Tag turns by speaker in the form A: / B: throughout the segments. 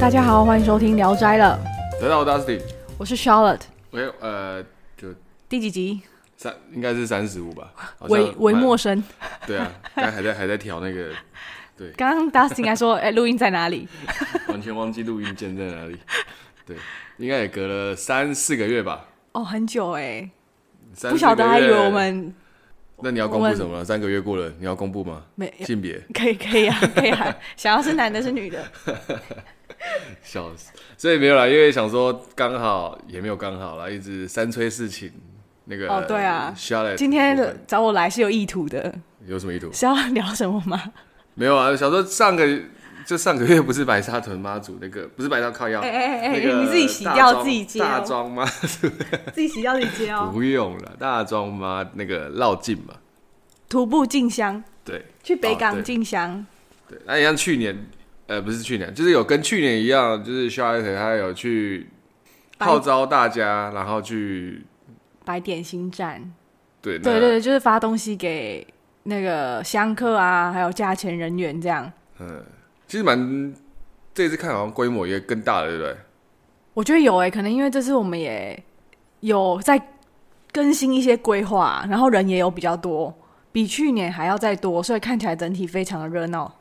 A: 大家好，欢迎收听《聊斋》了，
B: 得到 Dusty，
A: 我是 Charlotte，
B: 没有呃，就
A: 第几集？
B: 三应该是三十五吧，好像
A: 为为
B: 蛮
A: 陌生。
B: 对啊，刚才还在还在调那个，
A: 刚刚 Dustin 还说，哎、录音在哪里？
B: 完全忘记录音键在哪里。对，应该也隔了三四个月吧，
A: 哦，很久哎、
B: 三
A: 不晓得，
B: 四
A: 还
B: 个
A: 以
B: 月
A: 为我。们
B: 那你要公
A: 我
B: 布
A: 们
B: 什么？三个月过了，你要公布吗？
A: 没
B: 性别，
A: 可以可以啊，可以啊，想要是男的，是 女的，
B: 笑死。所以没有啦，因为想说刚好也没有刚好啦，一直三催四请。那个
A: 哦对啊
B: s h a r l o t
A: 今天的找我来是有意图的，
B: 有什么意图？
A: 是要聊什么吗？
B: 没有啊，想说上个就上个月不是白沙屯妈祖那个，不是白沙靠腰，
A: 哎哎哎哎
B: 啊那个
A: 你自己洗
B: 大
A: 掉
B: 庄
A: 自己接哦
B: 大庄妈
A: 自己洗掉自己接哦。
B: 不用了，大庄妈那个绕境嘛，
A: 徒步进香，
B: 对
A: 去北
B: 哦
A: 港
B: 对
A: 进香，
B: 对，那你像去年，呃，不是去年，就是有跟去年一样，就是肖艾特他有去
A: 白
B: 号召大家，然后去
A: 摆点心站。
B: 对
A: 对
B: 那
A: 对对，就是发东西给那个香客啊，还有价钱人员这样。
B: 嗯，其实蛮这次看好像规模也更大了，对不对？
A: 我觉得有哎、可能因为这次我们也有在更新一些规划，然后人也有比较多，比去年还要再多，所以看起来整体非常的热闹。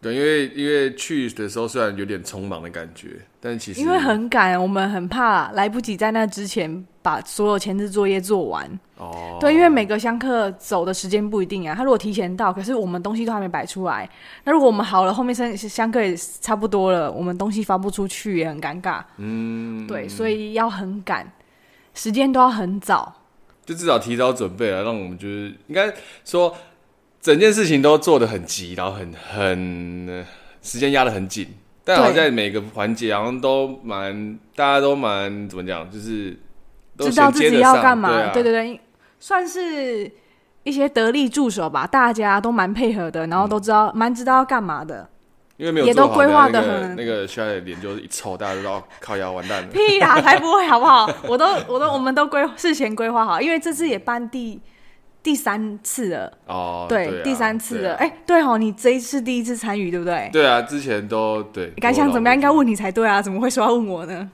B: 对，因为因为去的时候虽然有点匆忙的感觉，但其实
A: 因为很赶，我们很怕来不及在那之前把所有前置作业做完。
B: 哦，
A: 对，因为每个香客走的时间不一定啊，他如果提前到，可是我们东西都还没摆出来，那如果我们好了，后面香香客也差不多了，我们东西发不出去也很尴尬。嗯，对，所以要很赶，时间都要很早。
B: 就至少提早准备了，让我们就是应该说整件事情都做的很急，然后很很呃时间压得很紧，但好像
A: 对
B: 在每个环节好像都蛮大家都蛮怎么讲，就是都
A: 知道
B: 衔
A: 自
B: 接
A: 己
B: 得
A: 要
B: 上
A: 干嘛。
B: 对啊、
A: 对对对，算是一些得力助手吧，大家都蛮配合的，然后都知道蛮、知道要干嘛的。
B: 因为没有
A: 也
B: 做
A: 都
B: 好啊
A: 规划
B: 那
A: 得
B: 个
A: 很
B: 那个需要的脸就是一臭，大家都知道靠腰完蛋了。
A: 屁啦，才不会好不好？我都我都我们都规事前规划好，因为这次也办第第三次了，
B: 哦，
A: 对，
B: 啊
A: 第三次
B: 对
A: 了。
B: 啊
A: 哎、对哦，你这一次第一次参与，对不对？
B: 对啊，之前都对。
A: 感想怎么样？应该
B: 我
A: 问你才对啊，怎么会说要问我呢？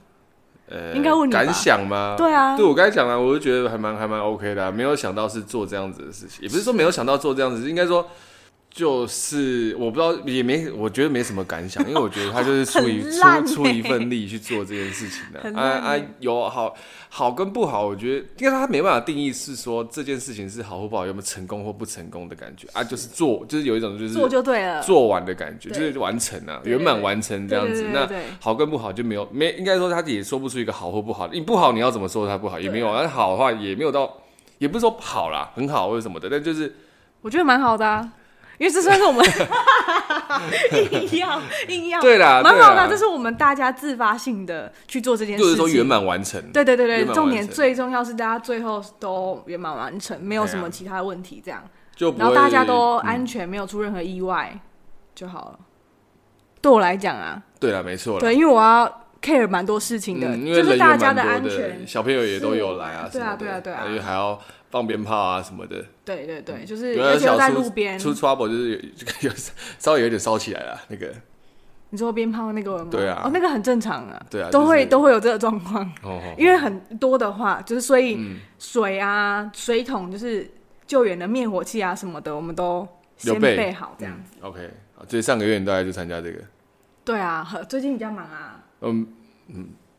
B: 呃，
A: 应该问你吧
B: 感想吗？
A: 对啊
B: 对我刚才讲了，我就觉得还蛮还蛮 OK 的啊、没有想到是做这样子的事情，也不是说没有想到做这样子，应该说就是我不知道，也没我觉得没什么感想，因为我觉得他就是出一
A: 很烂欸
B: 出出一份力去做这件事情的、
A: 很
B: 啊
A: 烂
B: 啊
A: 欸
B: 有好好跟不好，我觉得因为他没办法定义是说这件事情是好或不好，有没有成功或不成功的感觉啊，就是做就是有一种就是
A: 做就对了。
B: 做完的感觉，就
A: 对
B: 是完成啊，
A: 对对
B: 圆满完成这样
A: 对
B: 子
A: 对。对
B: 那
A: 对
B: 好跟不好就没有没，应该说他也说不出一个好或不好。你不好，你要怎么说他不好也没有啊；那好的话也没有到，也不是说好啦，很好或者什么的，但就是
A: 我觉得蛮好的啊，因为这算是我们硬 要硬要
B: 对啦
A: 蛮好的
B: 对
A: 啊，
B: 啦
A: 这是我们大家自发性的去做这件事
B: 就
A: 情，
B: 是说圆。满完成。
A: 对对对
B: 圆
A: 对，
B: 满完成
A: 重点最重要是大家最后都圆满完成，没有什么
B: 对啊
A: 其他问题，这样，
B: 就不
A: 然后
B: 会
A: 大家都安全，没有出任何意外就好了。对我来讲啊，
B: 对啦，没错啦。
A: 对，因为我要 care 蛮多事情的，
B: 嗯，因为
A: 就
B: 人
A: 是
B: 也
A: 大家
B: 蛮多
A: 安全，
B: 小朋友也都有来啊，
A: 是啊
B: 什么的
A: 对啊对啊对啊
B: 因为还要放鞭炮啊什么的，
A: 对对对，就是
B: 有
A: 而
B: 的
A: 且又
B: 小
A: 在
B: 出
A: 路边，
B: 出 trouble 就是有 有稍微有点烧起来了，那个
A: 你说鞭炮那个吗？
B: 对啊
A: 哦，那个很正常啊，
B: 对啊
A: 都
B: 就
A: 会
B: 是
A: 都会有这个状况。
B: 哦，嗯哦
A: 因为很多的话，就是所以水啊、水桶，就是救援的灭火器啊什么的，我们都先
B: 有备
A: 备好这样。
B: 嗯 OK，好所以上个月你大概就参加这个，
A: 对啊，呵最近比较忙啊，
B: 嗯，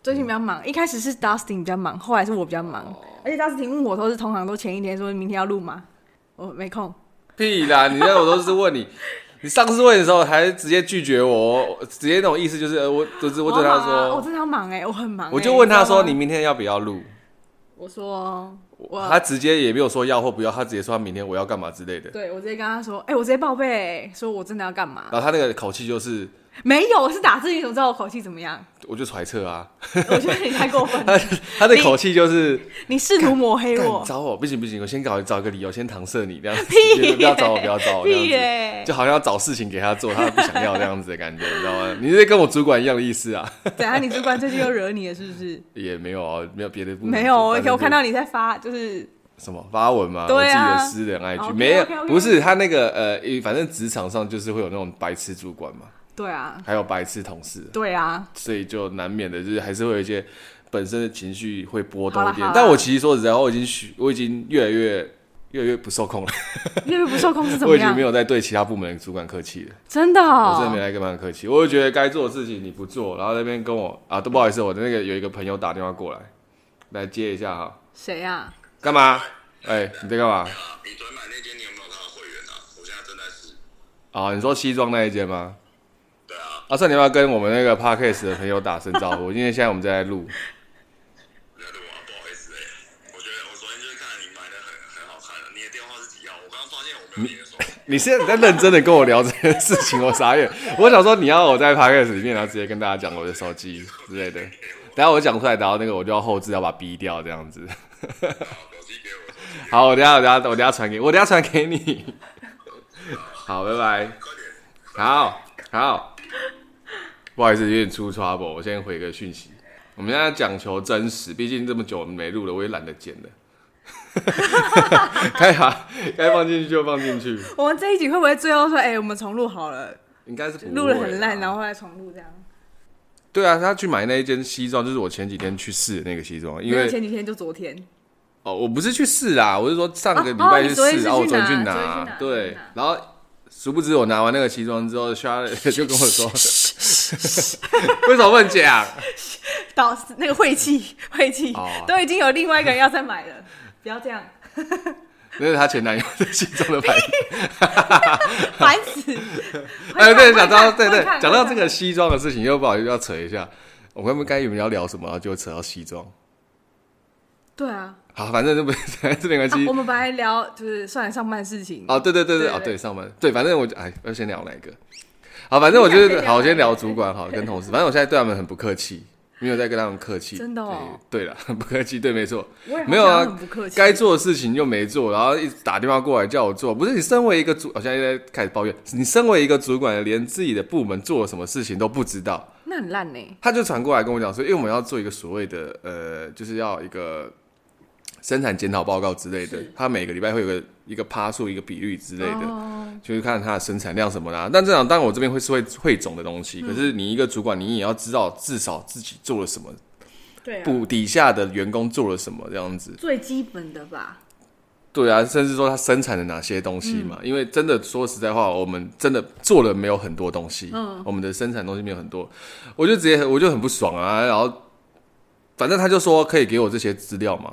A: 最近比较忙。一开始是 Dustin 比较忙，后来是我比较忙，
B: 哦
A: 而且 Dustin 问我都是通常都前一天说明天要录吗？我没空。
B: 屁啦！你那我都是 问你，你上次问的时候还直接拒绝我，直接那种意思就是，呃我就是我对
A: 好
B: 他
A: 忙啊我
B: 说，
A: 真的要忙哎、我很忙欸、
B: 我就问他说，
A: 知道
B: 你
A: 吗
B: 明天要不要录？
A: 我说我
B: 他直接也没有说要或不要，他直接说他明天我要干嘛之类的。
A: 对我直接跟他说，哎、我直接报备欸、说我真的要干嘛？
B: 然后他那个口气就是，
A: 没有，我是打字，你怎么知道我口气怎么 样？
B: 我就揣测啊，
A: 我觉得你太过分了，
B: 他的口气就是，
A: 你试图抹黑
B: 干
A: 我
B: 你。找我不行不行，我先搞找个理由先搪塞你这样子，
A: 屁
B: 你不要找我不要找我
A: 屁
B: 这样子。
A: 耶、
B: 就好像要找事情给他做，他不想要这样子的感觉，你知道吗？你是跟我主管一样的意思啊？
A: 等下你主管最近又惹你了，是不 是？
B: 也没有啊，没有别的部门
A: 没有，我
B: 反正
A: 我
B: 就
A: 看到你在发，就是
B: 什么发文吗？
A: 对啊
B: 我自己的私人 IG
A: OK，OK，OK，OK
B: 没有，不是他那个呃，反正职场上就是会有那种白痴主管嘛，
A: 对啊，
B: 还有白痴同事，
A: 对啊，
B: 所以就难免的就是还是会有一些本身的情绪会波动一
A: 好啦
B: 点
A: 好啦。
B: 但我其实说实在话，我已经许我已经越来越越来越不受 控了，
A: 越不受控是怎
B: 我
A: 么
B: 已经
A: 样
B: 没？有在对其他部门的主管客气了。
A: 真的
B: 我真的没
A: 哦，
B: 来跟他们客气，我就觉得该做的事情你不做，然后那边跟我啊，都不好意思，我的那个有一个朋友打电话过来，来接一下哈，
A: 谁啊？
B: 干嘛？哎、你在干嘛？
C: 啊，你昨天买那间，你有没有他的会员啊？我现在正在试。
B: 啊，你说西装那一间吗？
C: 对啊，
B: 阿、啊、胜，你要不要跟我们那个 podcast 的朋友打声招呼？因为现在我们在录，
C: 你在录啊，不好意思哎、我觉得我昨天就是看了你买的很很好看的，你的电话是几号？我刚刚发现我没有你的手机。
B: 你现在在认真的跟我聊这件事情，我傻眼。我想说你要我在 podcast 里面，然后直接跟大家讲我的手机之类的。等下我讲出来，然后那个我就要后置，要把它逼掉这样子。
C: 好，手机给我，手机
B: 好，我等下我等下我等下传给我等下传给你。好，拜拜。
C: 快点。
B: 好好，不好意思，有点出 trouble，我先回个讯息。我们现在讲求真实，毕竟这么久没录了，我也懒得剪了。 该哈，该放进去就放进去，
A: 我们这一集会不会最后说，哎、我们重录好了，
B: 应该是不会啊啦
A: 录的很烂，然后后来重录这样？
B: 对啊，他去买那一件西装，就是我前几天去试的那个西装，因
A: 没有
B: 为
A: 前几天就昨天，
B: 哦，我不是去试啊，我是说上个
A: 哦
B: 礼拜
A: 哦
B: 去
A: 你昨天
B: 试，
A: 是
B: 然后我
A: 去
B: 昨天去
A: 拿昨天去
B: 拿
A: 拿，昨天
B: 对
A: 去拿，
B: 然后殊不知我拿完那个西装之后 s h a r l o 就跟我说，为什么不能啊讲？
A: 到那个晦气， 晦气、
B: 哦
A: 都已经有另外一个人要再买了，不要这样，
B: 那是她前男友的西 装的牌子。
A: 烦死！
B: 哎，对，讲到
A: 快看
B: 对对
A: 快，看
B: 讲到
A: 快
B: 这
A: 看
B: 个西装的事情，又不好意思要扯一下。我们刚才们要聊什么，然后就扯到西装。
A: 对啊
B: 好，反正这不反 正这没关
A: 啊
B: 系
A: 我。们本来聊就是算了上班事情，
B: 哦，对对对对，
A: 对
B: 哦
A: 对
B: 对，上班对，反正我就哎，要先聊哪一个？好，反正我就
A: 你想先
B: 是
A: 聊
B: 好，我
A: 哪一
B: 先
A: 个
B: 聊主管好，跟同事。反正我现在对他们很不客气，没有在跟他们客气。
A: 真的哦
B: 对。对了，很不客气，对，没错。
A: 我也好
B: 没有
A: 像
B: 啊
A: 很不客气，
B: 该做的事情又没做，然后一直打电话过来叫我做。不是你身为一个主，我现在在开始抱怨，你身为一个主管，连自己的部门做了什么事情都不知道。
A: 那很烂呢。
B: 他就传过来跟我讲说，因为我们要做一个所谓的呃，就是要一个生产检讨报告之类的，他每个礼拜会有个一个趴数、一个比率之类的，
A: 哦
B: 就是看它的生产量什么啦。但这样当然我这边会是会汇总的东西，可是你一个主管，你也要知道至少自己做了什么，
A: 对啊，
B: 部底下的员工做了什么这样子。
A: 最基本的吧，
B: 对啊，甚至说他生产了哪些东西嘛？因为真的说实在话，我们真的做了没有很多东西，
A: 嗯
B: 我们的生产东西没有很多，我就直接我就很不爽啊。然后反正他就说可以给我这些资料嘛，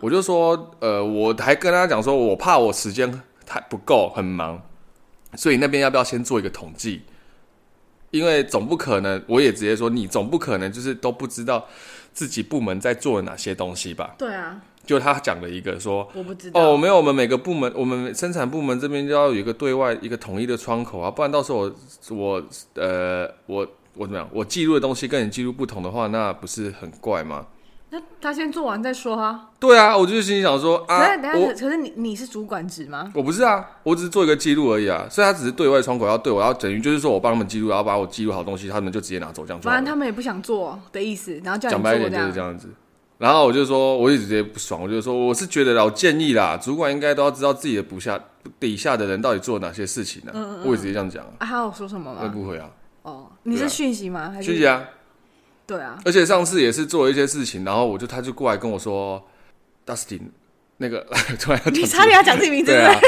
B: 我就说呃，我还跟他讲说，我怕我时间太不够，很忙，所以那边要不要先做一个统计？因为总不可能，我也直接说你总不可能就是都不知道自己部门在做哪些东西吧？
A: 对啊，
B: 就他讲了一个说。
A: 我不知道。
B: 哦，没有，我们每个部门，我们生产部门这边就要有一个对外一个统一的窗口啊，不然到时候我我呃我我怎么样，我记录的东西跟你记录不同的话，那不是很怪吗？
A: 那他先做完再说啊。
B: 对啊，我就心里想说
A: 可
B: 啊
A: 是，等下，
B: 我
A: 可是你你是主管职吗？
B: 我不是啊，我只是做一个记录而已啊，所以他只是对外窗口要对我，要等于就是说我帮他们记录，然后把我记录好的东西，他们就直接拿走这样就好
A: 反正
B: 了。
A: 他们也不想做的意思，然后叫你做
B: 讲白一点就是这
A: 样。
B: 样子。然后我就说，我也直接不爽，我就说，我是觉得啦，我建议啦，主管应该都要知道自己的部下底下的人到底做了哪些事情呢、我也直接这样讲啊。
A: 啊，他有说什么
B: 那
A: 吗？
B: 不会啊，
A: 哦，你是讯息吗？还是
B: 谢谢？啊。
A: 对 啊，
B: 而且上次也是做了一些事情，然后我就他就过来跟我说，Dustin，那个 突然要
A: 你
B: 讲
A: 差点要讲自己名字，
B: 对
A: 对
B: 啊
A: 不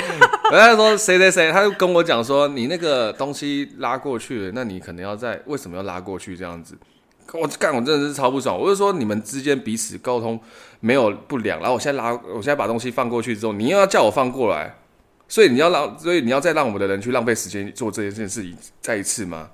A: 对？，
B: 然后他说谁谁 谁，他就跟我讲说你那个东西拉过去了，那你可能要在为什么要拉过去这样子？我干，我真的是超不爽。我就说你们之间彼此沟通没有不良，然后我现在拉，我现在把东西放过去之后，你又要叫我放过来，所以你要让，所以你要再让我们的人去浪费时间做这件事情再一次吗？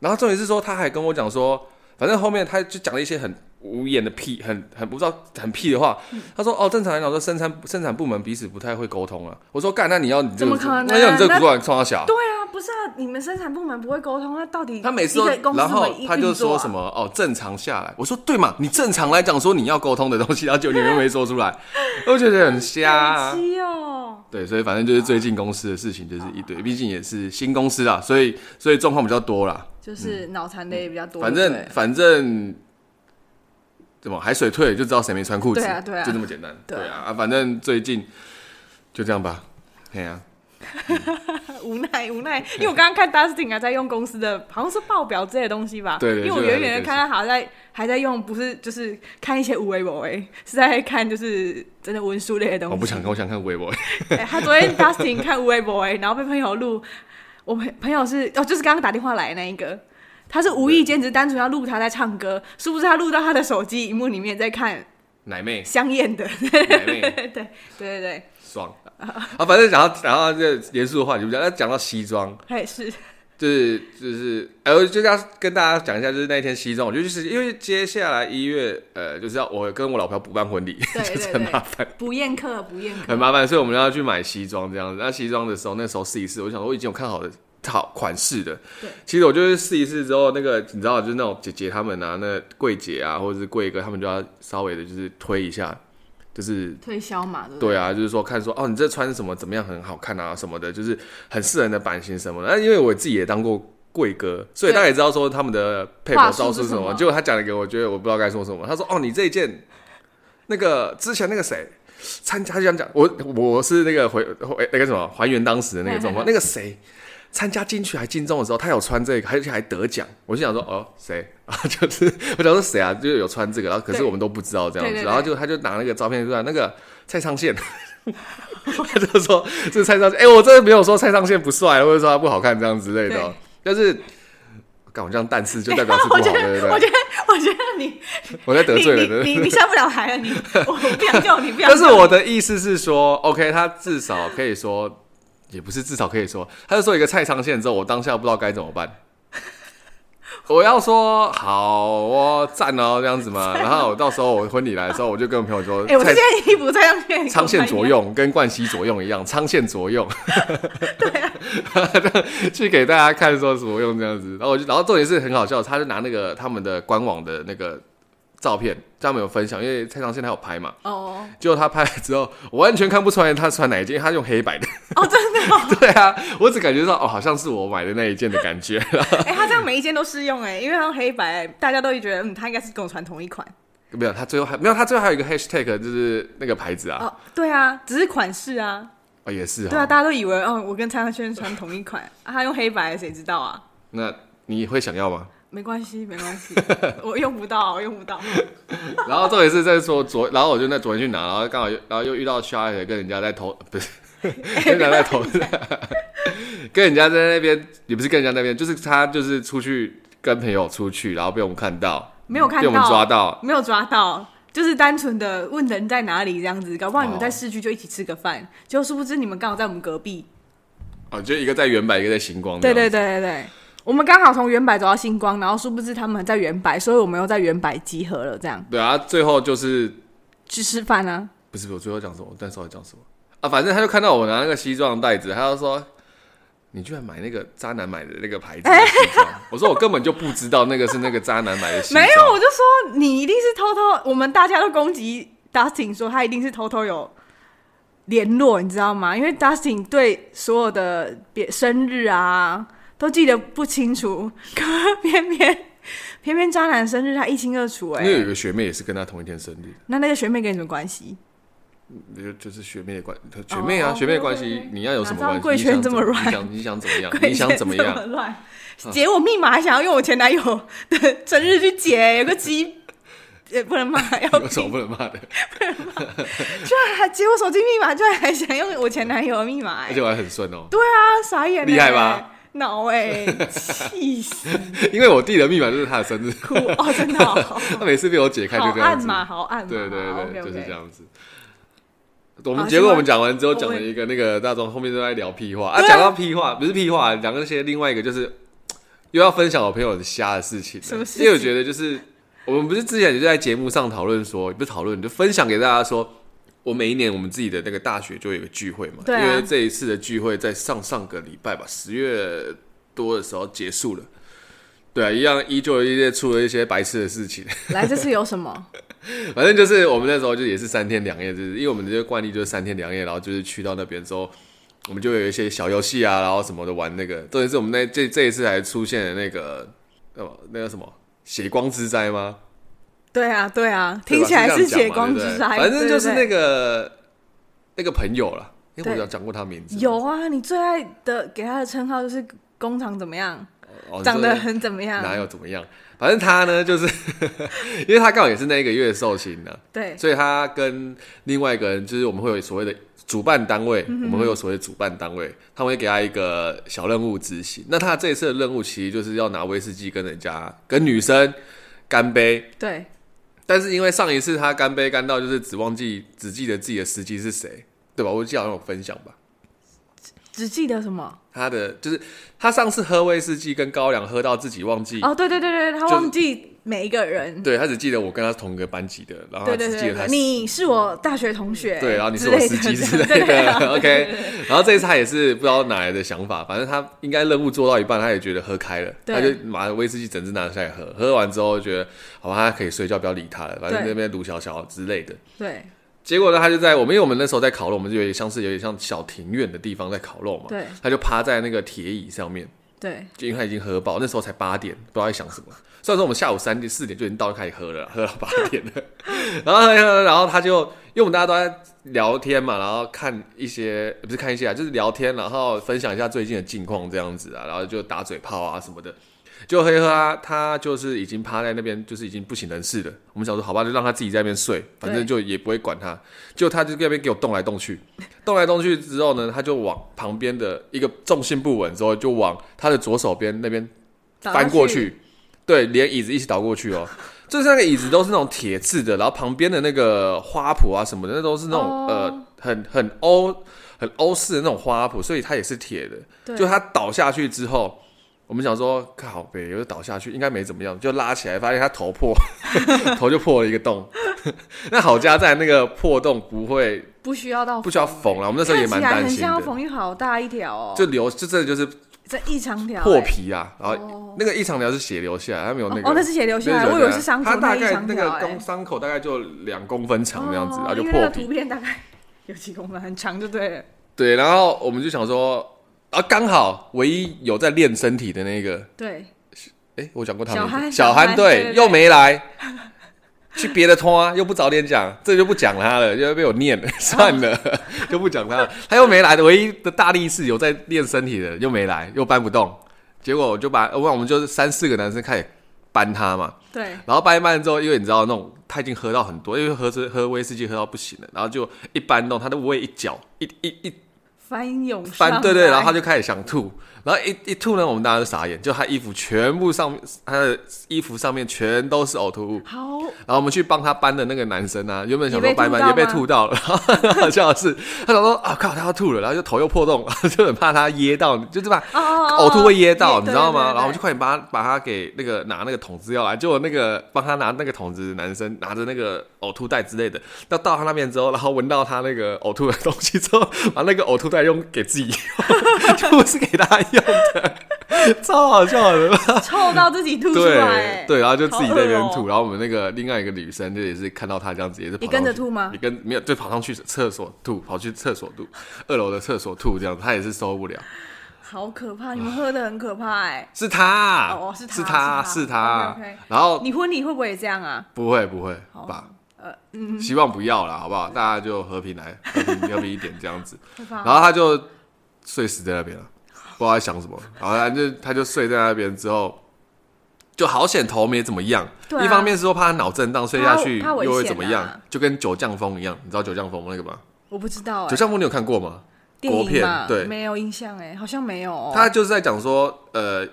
B: 然后重点是说，他还跟我讲说，反正后面他就讲了一些很无言的屁，很很不知道很屁的话。
A: 嗯
B: 他说：“哦，正常来讲说，生产生产部门彼此不太会沟通啊。”我说：“干，那你要你这
A: 怎
B: 个
A: 么可能
B: 那要你这个
A: 那
B: 主管冲他小。
A: 对啊，不是啊，你们生产部门不会沟通，那到底
B: 他每次
A: 一
B: 都
A: 个公，司
B: 然
A: 怎么
B: 后
A: 运
B: 他就说
A: 作啊
B: 什么哦，正常下来。我说对嘛，你正常来讲说你要沟通的东西，然后就你又没说出来，我觉得很瞎、
A: 好
B: 啊。
A: 奇哦，
B: 对，所以反正就是最近公司的事情就是一堆，毕竟也是新公司啦，所以所以状况比较多啦。
A: 就是脑残的也比较多。
B: 嗯反
A: 对
B: 正
A: 不对
B: 反正怎么海水退了就知道谁没穿裤子，
A: 对啊对啊
B: 就这么简单。
A: 对啊
B: 啊，啊反正最近就这样吧。哎呀、
A: 无奈无 奈，因为我刚刚看 Dustin 还在用公司的，好像是报表之类的东西吧。
B: 对对
A: 因为我
B: 这个还
A: 远
B: 是
A: 远的
B: 可以
A: 看他好像在还在用，不是就是看一些无为博哎，是在看就是真的文书类的东西。
B: 我哦不想看，我想看微博。
A: 哎他昨天 Dustin 看无为博哎，然后被朋友录，我朋朋友是哦，就是刚刚打电话来那一个。他是无意间，只是单纯要录他在唱歌，是不是他录到他的手机荧幕里面在看
B: 奶妹，
A: 香艳的？
B: 奶妹，
A: 对对对对，
B: 爽啊！反正讲到讲到这个严肃的话题，就讲那讲到西装，
A: 还是
B: 就是就是，哎、我就要跟大家讲一下，就是那一天西装，我就就是因为接下来一月，呃，就是要我跟我老婆要补办婚礼，
A: 对
B: 就是
A: 对
B: 很麻
A: 对
B: 烦，
A: 不宴客，不宴客
B: 很。麻烦，所以我们要去买西装这样子。那西装的时候，那时候试一试，我想说我已经有看好的好款式的
A: 对，
B: 其实我就是试一试之后，那个你知道，就是那种姐姐她们啊，那柜姐啊，或者是柜哥，他们就要稍微的就是推一下，就是
A: 推销嘛，对不
B: 对啊，就是说看说哦，你这穿什么怎么样很好看啊什么的，就是很适合你的版型什么的。那因为我自己也当过贵哥，所以
A: 对
B: 大家也知道说他们的配合
A: 话术
B: 招数
A: 是
B: 是什
A: 什
B: 么。
A: 么
B: 结果他讲了一个，我觉得我不知道该说什么。他说哦，你这一件，那个之前那个谁参加，他就这样讲，我我是那个回回那个什么还原当时的那个
A: 嗯
B: 状况，那个谁。参加进去还进中的时候，他有穿这个，而且还得奖。我就想说，哦，谁 啊？就是我想说谁啊？就是有穿这个，然后可是
A: 对
B: 我们都不知道这样子，
A: 对对对
B: 然后就他就拿那个照片出来，那个蔡昌宪， 他就说这蔡昌宪，哎、我真的没有说蔡昌宪不帅，或者说他不好看这样之类的哦，但是。干我这样淡视就代表是不
A: 我
B: 好，
A: 觉
B: 对不
A: 得，我
B: 对？
A: 觉得，我觉得你，
B: 我在得罪人，
A: 你
B: 对
A: 你
B: 不对
A: 你你下不了台了，你，我我不想叫你，不想
B: 但
A: 叫你。
B: 是我的意思是说，OK，他至少可以说，也不是至少可以说，他就说一个蔡昌宪之后，我当下不知道该怎么办。 我要说好哦，赞哦，这样子嘛。然后我到时候我婚礼来的时候，我就跟我朋友说，
A: 哎，我
B: 蔡
A: 这件衣服这样变
B: 昌宪左，用跟冠希左用一样，昌宪 左用，
A: 啊
B: 对、 去给大家看说左用这样子。然后我就，然后重点是很好笑，他就拿那个他们的官网的那个照片，他们有分享，因为蔡昌宪他有拍嘛，
A: 哦
B: 结果他拍了之后，我完全看不出来他穿哪一件，因为他用黑白的。
A: 哦，真的哦，
B: 对啊，我只感觉到哦，好像是我买的那一件的感觉。
A: 哎，他这样每一件都适用哎，因为他用黑白，大家都会觉得，嗯，他应该是跟我穿同一款。
B: 没有，他最后还没有，他最后还有一个 hashtag，就是那个牌子啊，
A: 哦，对啊，只是款式啊，
B: 哦也是
A: 对啊，
B: 哈。
A: 大家都以为，哦，我跟蔡康轩穿同一款，啊他用黑白，谁知道啊？
B: 那你会想要吗？
A: 没关系，没关 系，我用不到，我用不到。
B: 然后重点是在说昨，然后我就那昨天去拿，然后刚好又然后又遇到 s h a 跟人家在投，不是
A: 哎
B: 跟人家在投，跟人家在那边也不是跟人家那边，就是他就是出去跟朋友出去，然后被我们看到，
A: 没有看
B: 被
A: 到，
B: 我们抓到，
A: 没有抓到，就是单纯的问人在哪里这样子，搞不好你们
B: 哦
A: 在市区就一起吃个饭，结果殊不知你们刚好在我们隔壁。
B: 哦，就一个在原版，一个在星光，
A: 对对，对对对，我们刚好从原百走到星光，然后殊不知他们在原百，所以我们又在原百集合了，这样
B: 对啊，最后就是
A: 去吃饭啊。
B: 不是我最后讲什么，我但稍微讲什么啊，反正他就看到我拿那个西装的袋子，他就说。你居然买那个渣男买的那个牌子的 西装？我说我根本就不知道那个是那个渣男买的西装。
A: 没有，我就说你一定是偷偷，我们大家都攻击 Dustin 说他一定是偷偷有联络，你知道吗？因为 Dustin 对所有的别生日啊都记得不清楚，可偏偏 偏偏渣男生日他一清二楚、
B: 因为有
A: 哎，
B: 一个学妹也是跟他同一天生日，
A: 那那个学妹跟你什么关系？
B: 就就是学妹的关，学妹啊，
A: 哦
B: 学妹的关
A: 对对
B: 系
A: 对，
B: 你要有什么
A: 哪知道
B: 关系？
A: 贵圈
B: 你想
A: 这么
B: 怎
A: 乱
B: 你想你想怎么样？你想怎么
A: 这么
B: 样？
A: 乱？解我密码还想要用我前男友的生日去解、有个 鸡。也不能骂，要
B: 有什么不能骂的？
A: 居然还解我手机密码，居然还想用我前男友的密码、哎
B: 而且我还很顺哦，
A: 对啊，傻眼、欸，
B: 厉害吧？
A: 脑 哎、气死
B: 因为我弟的密码就是他的生日，
A: 哭哦，真的、哦，
B: 他每次被我解开就
A: 好
B: 这样
A: 暗
B: 子。
A: 嘛，好暗嘛，
B: 对对
A: 好
B: 对，
A: ，OK，OK
B: 就是这。样子。我们
A: 好
B: 结果
A: 希望
B: 我们讲完之后，
A: 我
B: 讲了一个那个大壮后面都在聊屁话啊，
A: 对啊
B: 讲到屁话不是屁话，讲那些另外一个就是又要分享我朋友的瞎的事情了，
A: 什么事情
B: 因为我觉得就是我们不是之前就在节目上讨论说，不是讨论就分享给大家说。我每一年我们自己的那个大学就有一个聚会嘛，
A: 对啊
B: 因为这一次的聚会在上上个礼拜吧，十月多的时候结束了。对啊，一样依旧一些出了一些白痴的事情，
A: 来，这次有什么？
B: 反正就是我们那时候就也是三天两夜，就是因为我们这个惯例就是三天两夜，然后就是去到那边之后，我们就有一些小游戏啊，然后什么的玩那个。重点是我们那这这一次还出现了那个呃那个什么血光之灾吗？
A: 对啊，对啊，
B: 对
A: 听
B: 吧
A: 起来
B: 这
A: 是
B: 样讲嘛
A: 血光
B: 对
A: 之
B: 不对
A: 灾，
B: 反正就是那
A: 个
B: 个那个朋友了，因为
A: 对
B: 我有讲过他名字吗，
A: 有啊，你最爱的给他的称号就是工厂怎么样，
B: 哦
A: 长得
B: 就是
A: 很怎么样，
B: 哪有怎么样？反正他呢，就是 因为他刚好也是那一个月寿星呢、
A: 对
B: 所以他跟另外一个人，就是我们会有所谓的主办单位，
A: 嗯
B: 我们会有所谓的主办单位，他们会给他一个小任务执行。那他这一次的任务其实就是要拿威士忌跟人家跟女生干杯，
A: 对
B: 但是因为上一次他干杯干到就是只忘记只记得自己的司机是谁，对吧？我记得好像有分享吧。
A: 只记得什么？
B: 他的就是他上次喝威士忌跟高粱喝到自己忘记，
A: 哦，对对对对，他
B: 就是
A: 忘记每一个人。
B: 对他只记得我跟他同个班级的，然后
A: 对
B: 他
A: 对
B: 只记
A: 对
B: 得他
A: 对，
B: 是
A: 你是我大学同学，
B: 对，然后你是
A: 哎之
B: 我
A: 类
B: 司
A: 的
B: 机之
A: 这样
B: 类
A: 对 啊
B: 的，OK。然后这一次他也是不知道哪来的想法，反正他应该任务做到一半，他也觉得喝开了，
A: 对
B: 他就把威士忌整支拿下来喝，喝完之后觉得好吧，他可以睡觉，不要理他了，反正
A: 对
B: 那边卢小小之类的。
A: 对
B: 结果呢，他就在我们，因为我们那时候在烤肉，我们就有点像是有点像小庭院的地方在烤肉嘛，
A: 对
B: 他就趴在那个铁椅上面，
A: 对
B: 就因为他已经喝爆，那时候才八点，不知道在想什么。虽然说我们下午三点四点就已经到开始喝了啦，喝到八点了， 然后然后他就因为我们大家都在聊天嘛，然后看一些不是看一些啊，就是聊天，然后分享一下最近的近况这样子啊，然后就打嘴炮啊什么的。就黑喝啊，他就是已经趴在那边，就是已经不省人事了。我们想说，好吧，就让他自己在那边睡，反正就也不会管他。就他就在那边给我动来动去，动来动去之后呢，他就往旁边的一个重心不稳之后，就往他的左手边那边
A: 倒
B: 翻
A: 下
B: 过，去，对，连椅子一起倒过去 哦。就是那个椅子都是那种铁质的，然后旁边的那个花圃啊什么的，那都是那种、
A: 哦
B: 呃很很欧很欧式的那种花圃，所以它也是铁的。
A: 对
B: 就他倒下去之后，我们想说靠北，又倒下去应该没怎么样，就拉起来发现他头破， 头就破了一个洞。 那好家在那个破洞不会
A: 不需要到
B: 不需要缝了，我们那时候也
A: 哦看起
B: 蛮
A: 来
B: 担
A: 很
B: 心
A: 像要
B: 的，
A: 缝一好大一条哦，
B: 就流就真的就是
A: 这一长条
B: 破
A: 欸
B: 皮啊，然后
A: 哦
B: 那个异常疗是血流下来，他没有那个
A: 哦，那是血流下
B: 对
A: 来，
B: 对
A: 我以
B: 对
A: 为是伤口
B: 它大
A: 一
B: 概
A: 长
B: 那
A: 条
B: 个
A: 欸
B: 公伤口大概就两公分长那样子，
A: 哦
B: 然后就
A: 因为
B: 破
A: 那个
B: 皮
A: 图。片大概有几公分，很长就对了。
B: 对，然后我们就想说，啊，刚好唯一有在练身体的那个，
A: 对，
B: 哎，我讲过他们
A: 小憨
B: 小
A: 小憨
B: 憨
A: 对对对
B: 又没来，去别的通啊，又不早点讲，这就不讲他了，就会被我念了， 算了，就不讲他了。他又没来的，唯一的大力士有在练身体的又没来，又搬不动，结果我就把，我我们就是三四个男生开始搬他嘛。
A: 对，
B: 然后掰一半之后，因为你知道那种他已经喝到很多，因为喝醉喝威士忌喝到不行了，然后就一搬弄他的胃一绞，一一一
A: 翻涌上
B: 翻，对对，
A: 来
B: 然后他就开始想吐，然后一一吐呢，我们大家都傻眼，就他衣服全部上面，他的衣服上面全都是呕吐物。
A: 好
B: 然后我们去帮他搬的那个男生啊，原本想
A: 也
B: 说
A: 被
B: 搬一搬也
A: 吐到
B: 被
A: 吗
B: 吐到了， 然后很好笑的是，他想说啊靠，他要吐了，然后 就头又破洞，就很怕他噎到，就是把
A: 哦哦哦
B: 呕吐会噎到，
A: 对
B: 你知道吗？
A: 对对对
B: 然后我就快点把他把他给那个拿那个桶子要来，结果那个帮他拿那个桶子的男生拿着那个呕吐袋之类的，到到他那边之后，然后闻到他那个呕吐的东西之后，把那个呕吐袋用给自己 用，就不是给他用的， 超好笑的。
A: 臭到自己吐出来欸
B: 对，对，然后就自己在那边
A: 好恶
B: 吐，
A: 哦
B: 然后我们那个另外一个女生就也是看到她这样子，也是跑
A: 你跟着
B: 上去
A: 吐吗
B: 也跟没有，对，跑上去厕所吐，跑去厕所吐，二楼的厕所吐这样，她也是受不了，
A: 好可怕！你们喝的很可怕哎。
B: 是她，
A: 哦是她
B: 是她，
A: 是她
B: 是她
A: OK，OK
B: 然后
A: 你呃婚礼会不会也这样啊？
B: 不会不会吧。嗯，希望不要啦，好不好？大家就和平来，和平和平一点这样子。
A: 会
B: 然
A: 吧？
B: 后他就睡死在那边了，不知道在想什么。然后他就他就睡在那边之后，就好险头没怎么样。
A: 对啊
B: 一方面是说怕他脑震荡睡下去
A: 怕怕危险
B: 又会怎么样
A: 啊，
B: 就跟九降风一样。你知道九降风那个吗？
A: 我不知道
B: 九
A: 哎，
B: 降风你有看过吗？
A: 电
B: 国片
A: 影嘛，
B: 对
A: 没有印象哎，好像没有哦。
B: 他就是在讲说，呃，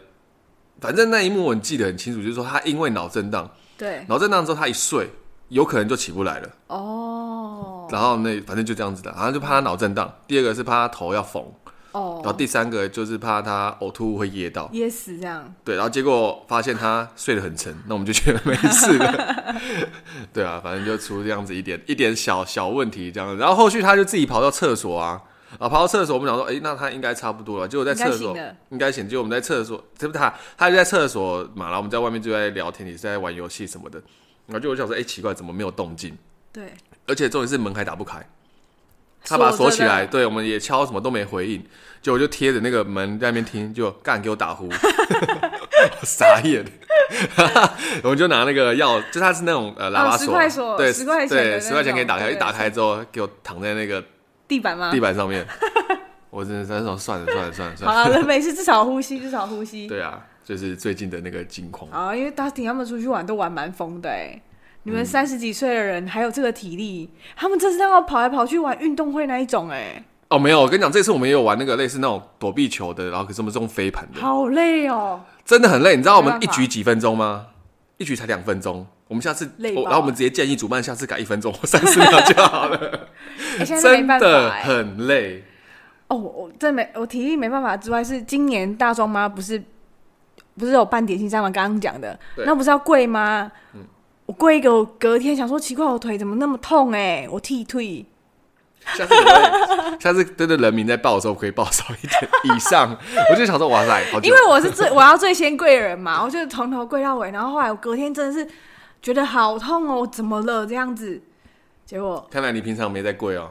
B: 反正那一幕我记得很清楚，就是说他因为脑震荡，
A: 对
B: 脑震荡之后他一睡，有可能就起不来了。
A: 哦
B: 然后那反正就这样子的，然后就怕他脑震荡，第二个是怕他头要缝，然后
A: 哦，
B: 第三个就是怕他呕吐物会噎到。
A: 噎死这样。
B: 对，然后结果发现他睡得很沉，那我们就觉得没事了。 对啊，反正就出这样子一点一点小小问题这样子，然后后续他就自己跑到厕所啊，啊跑到厕所，我们想说，哎，那他应该差不多了。结果在
A: 应该
B: 厕所
A: 醒了
B: 应该醒，结果我们在厕所，这不是他，他就在厕所嘛，然后我们在外面就在聊天，也是在玩游戏什么的。然后就我想说，哎，奇怪，怎么没有动静？
A: 对，
B: 而且重点是门还打不开，他把它
A: 锁
B: 锁
A: 着
B: 起来，
A: 的
B: 对我们也敲什么都没回应，结果就贴着那个门在那边听，就干给我打呼， 傻眼。 我们就拿那个钥，就它是那种呃喇叭
A: 哦10
B: 锁，
A: 块锁
B: 对，
A: 10块钱的
B: 对，
A: 那
B: 十块钱
A: 种
B: 给你打开，
A: 对嗯
B: 一打开之后给我躺在那个
A: 地板吗？
B: 地板上面。 我真的在说算了算了算了算
A: 好
B: 了。
A: 了，没事，至少呼吸，至少呼吸。
B: 对啊，就是最近的那个近况。
A: 啊，因为 Dustin 他们出去玩都玩蛮疯的哎、
B: 嗯
A: 你们三十几岁的人还有这个体力，他们真是要跑来跑去玩运动会那一种哎、
B: 哦，没有，我跟你讲，这次我们也有玩那个类似那种躲避球的，然后可是我们是用飞盘的，
A: 好累 哦、
B: 真的很累。你知道我们
A: 没
B: 一
A: 办法
B: 局几分钟吗？一局才两分钟。我们下次，
A: 累
B: 我
A: 爆
B: 然后我们直接建议主办下次改一分钟或三十秒就好 了，
A: 哎现在没
B: 真
A: 办
B: 的
A: 法哎、
B: 很累。
A: 哦，我真没，我体力没办法之外，是今年大庄妈不是不是有办点心站吗？刚刚讲的，
B: 对嗯
A: 那不是要跪吗？我跪一个，我隔天想说奇怪，我腿怎么那么痛哎、我剃腿。
B: 下次可以下次对对人民在报的时候可以报少一点 以上，我就想说哇塞，好久
A: 因为我是最我要最先跪的人嘛， 我就从头跪到尾，然后后来我隔天真的是觉得好痛哦，怎么了这样子？结果
B: 看来你平常没在跪哦。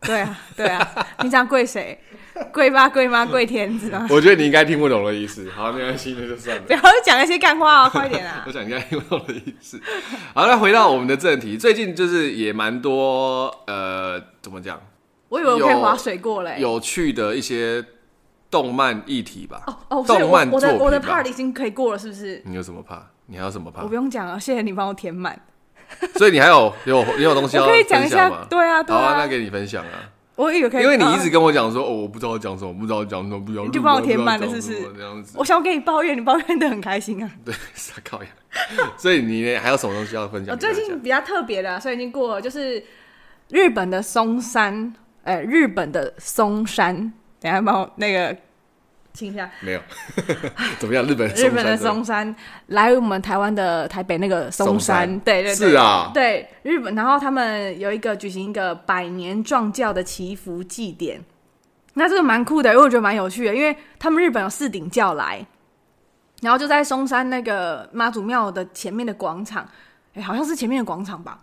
A: 对啊对啊，平常跪谁？ 跪爸跪妈跪天子吗？
B: 我觉得你应该听不懂我的意思。好，没关系，那就算了
A: 不。要讲那些干话哦，快点啊
B: 我！想应该听不懂的意思。好，那回到我们的正题，最近就是也蛮多呃，怎么讲，
A: 我以为我
B: 有
A: 可以划水过嘞、
B: 有趣的一些动漫议题吧。
A: 哦哦，所以
B: 动
A: 我
B: 漫
A: 我
B: 作
A: 的
B: 品吧。
A: 我的 part 已经可以过了，是不是？
B: 你有什么怕？你还有什么怕
A: 我不？用讲了，谢谢你帮我填满。
B: 所以你还有有你有东西要
A: 我可以讲一
B: 分
A: 下
B: 享吗？
A: 对啊对
B: 好
A: 啊
B: 那给你分享啊。
A: 我以为可以，
B: 因为你一直
A: 啊
B: 跟我讲说，哦，我不知道讲什么，不知道讲什么，不知道录，
A: 你就帮我填满
B: 不
A: 了
B: 知道
A: 是不是
B: 讲什么这样子，
A: 我想跟你抱怨，你抱怨的很开心啊。
B: 对，傻靠呀。所以你还有什么东西要分享
A: 我
B: 给大
A: 哦最
B: 家？
A: 近比较特别的、啊，所以已经过了，就是日本的松山，呃，日本的松山，等一下帮我那个清一下，
B: 没有， 怎么样？日本的
A: 日本的
B: 松山
A: 松山来我们台湾的台北那个松
B: 松
A: 山，
B: 山
A: 对对对，
B: 是啊
A: 对日本，然后他们有一个举行一个百年壮教的祈福祭典，那这个蛮酷的，因为我觉得蛮有趣的，因为他们日本有四顶教来，然后就在松山那个妈祖庙的前面的广场，哎，好像是前面的广场吧，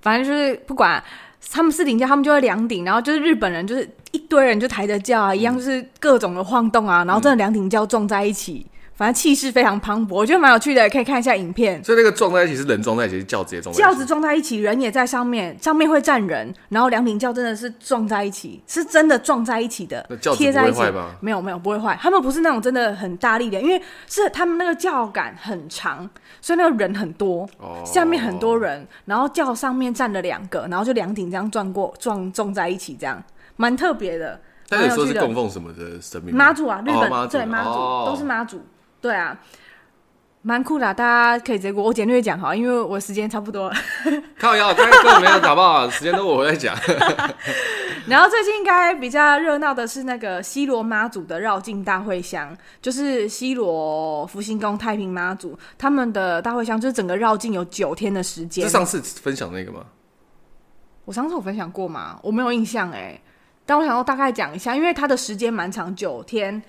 A: 反正就是不管他们四顶教，他们就会两顶，然后就是日本人就是一堆人就抬着轿啊，一样就是各种的晃动啊，然后真的两顶轿撞在一起，反正气势非常磅礴，我觉得蛮有趣的，可以看一下影片。
B: 所以那个撞在一起是人撞在一起，是轿直接撞在一起。
A: 轿子撞在一起，人也在上面，上面会站人，然后两顶轿真的是撞在一起，是真的撞在一起的
B: 那轿，子
A: 贴在一起
B: 不会坏吗。
A: 没有没有不会坏，他们不是那种真的很大力的，因为是他们那个轿杆很长，所以那个人很多，
B: 哦
A: 下面很多人，然后轿上面站了两个，然后就两顶这样撞过撞撞在一起，这样蛮特别的，
B: 但
A: 蛮
B: 是你
A: 有
B: 说
A: 趣
B: 是
A: 的。
B: 供奉什么的神明吗？
A: 妈祖啊，日本、
B: 哦妈祖
A: 对妈祖、
B: 哦
A: 都是妈祖，对啊，蛮酷的啊、大家可以直接给我我简略讲哈，因为我时间差不多了。
B: 靠腰，大家跟我们要打不好，时间都我 在讲。
A: 然后最近应该比较热闹的是那个西罗妈祖的绕境大会香，就是西罗福星宫太平妈祖他们的大会香，就是整个绕境有九天的时间
B: 是。上次分享那个吗？
A: 我上次有分享过吗？我没有印象哎、但我想要大概讲一下，因为它的时间蛮长，九天，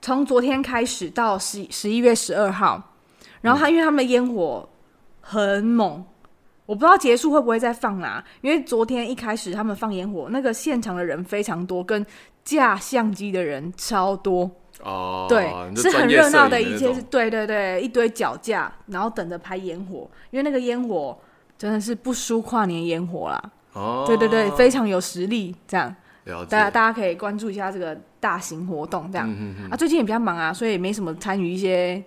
A: 从昨天开始到十十一月十二号，然后
B: 嗯
A: 它因为他们的烟火很猛。我不知道结束会不会再放啦、因为昨天一开始他们放烟火，那个现场的人非常多，跟架相机的人超多，
B: 哦，
A: 对，
B: 你就是
A: 很
B: 专业
A: 热闹
B: 摄影
A: 一
B: 那
A: 件
B: 种
A: 事，对对对，一堆脚架，然后等着拍烟火，因为那个烟火真的是不输跨年烟火啦，
B: 哦，
A: 对对对，非常有实力，这样
B: 了解
A: 大。家大家可以关注一下这个大型活动，这样、
B: 嗯
A: 啊，最近也比较忙啊，所以也没什么参与一些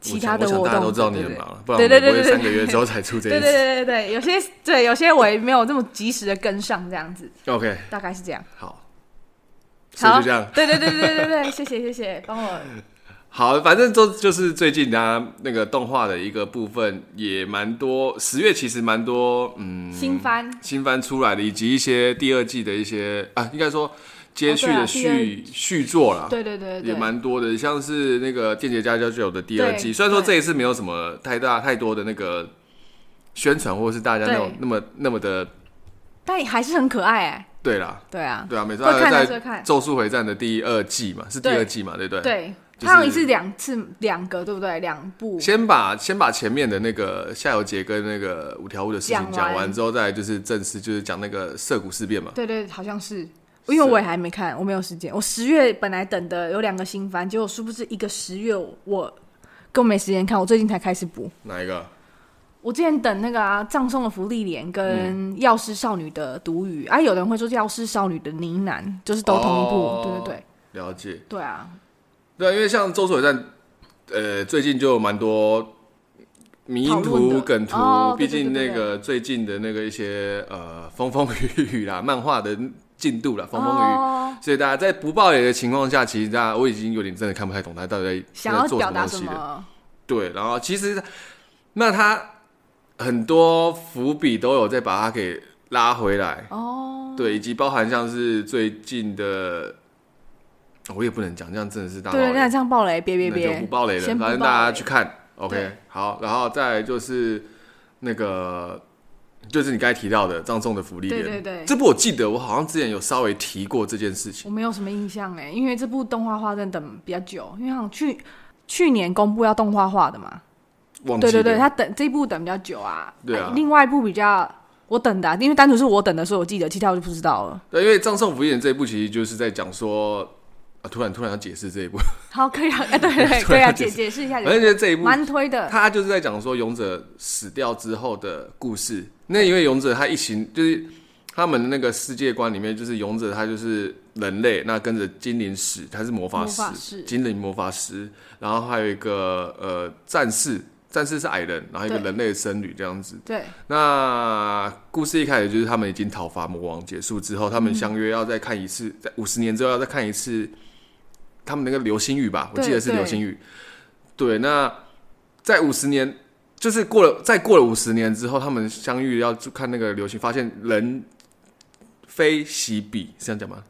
A: 其他的
B: 我想
A: 活
B: 我想大
A: 动，
B: 家都知道你很
A: 对对
B: 忙了，不然
A: 对
B: 我
A: 对对
B: 们不会
A: 对
B: 三个月之后才出这
A: 对对
B: 一
A: 对
B: 次。
A: 对对对，有些对有些我也没有这么及时的跟上，这样子
B: OK，
A: 大概是这样。
B: 好，所以
A: 好，
B: 就这样。
A: 对对对对对对对，谢谢谢谢，帮我
B: 好，反正都就是最近啊，那个动画的一个部分也蛮多，十月其实蛮多，嗯，
A: 新番。
B: 新番出来的，以及一些第二季的一些啊，应该说接续
A: 哦对
B: 的
A: 啊第二
B: 续、续作啦，
A: 对对对呃对，
B: 啊也蛮多的，像是那个《电解家家酒》的第二季，
A: 对
B: 虽然说这一次没有什么太大太多的那个宣传，或者是大家那种
A: 对
B: 那么那么的，
A: 但还是很可爱哎、
B: 对啦，
A: 对啊，
B: 对啊，没错，
A: 会看
B: 在
A: 还是会看
B: 《咒术回战》的第二季嘛，是第
A: 对
B: 二季嘛，对不对？。
A: 对，
B: 就是
A: 他好像一次两次两个，对不对？两部，
B: 先把先把前面的那个夏油杰跟那个五条悟的事情
A: 讲
B: 讲
A: 完
B: 完之后，再来就是正式就是讲那个涩谷事变嘛。
A: 对对，好像是，因为我也还没看，我没有时间。我十月本来等的有两个新番，结果殊不知一个十月我根本没时间看，我最近才开始补。
B: 哪一个？
A: 我之前等那个啊，葬送的福利莲跟药师少女的独语、啊，有人会说是药师少女的呢喃，就是都同一部，
B: 哦
A: 对对对，
B: 了解。
A: 对啊，
B: 对啊，因为像《周水站》，呃，最近就有蛮多迷因
A: 讨论
B: 图、
A: 的
B: 梗图，
A: 哦对
B: 毕
A: 对
B: 竟
A: 对
B: 那
A: 对
B: 个最近的那个一些呃风风雨雨啦，漫画的进度啦，风风雨雨。
A: 哦，
B: 所以大家在不暴雷的情况下，其实大家我已经有点真的看不太懂他到底在
A: 想要
B: 在做
A: 表达
B: 东
A: 什
B: 西了。
A: 么？
B: 对，然后其实那他很多伏笔都有在把它给拉回来，
A: 哦，
B: 对，以及包含像是最近的，我也不能讲，这样真的是大
A: 对，
B: 爆雷
A: 那这样爆雷，别别
B: 那
A: 别，
B: 就不爆雷了，
A: 先不
B: 反正
A: 爆
B: 大家
A: 雷
B: 去看。OK，
A: 对
B: 好，然后再来就是那个，就是你刚才提到的葬送的福利
A: 对
B: 莲，
A: 对对
B: 这部我记得我好像之前有稍微提过这件事情。
A: 我没有什么印象哎，因为这部动画化真的等比较久，因为好像去去年公布要动画化的嘛，
B: 忘记
A: 对嗯
B: 了
A: 对对，他等这一部等比较久啊，
B: 对啊
A: 哎另外一部比较我等的啊、因为单纯是我等的，所以我记得，其他我就不知道了。
B: 对，因为《葬送福利人》这一部其实就是在讲说，啊，突然突然要解释这一部，
A: 好，可以 啊，哎，对对对，可以啊，解解释一下，
B: 反正觉得这一部
A: 蛮推的，
B: 哎他就是在讲说勇者死掉之后的故事。那因为勇者他一行就是他们的那个世界观里面，就是勇者他就是人类，那跟着精灵使，他是魔法师，
A: 魔法师
B: 精灵魔法师，然后还有一个呃战士，战士是矮人，然后一个
A: 对
B: 人类的僧侣这样子。
A: 对，
B: 那故事一开始就是他们已经讨伐魔王结束之后，他们相约要再看一次，在五十年之后要再看一次他们那个流星雨吧，我
A: 对
B: 记得是
A: 对
B: 流星雨。对，那在五十年，就是过了再过了五十年之后，他们相遇要去看那个流星，发现人非昔比，是这样讲吗？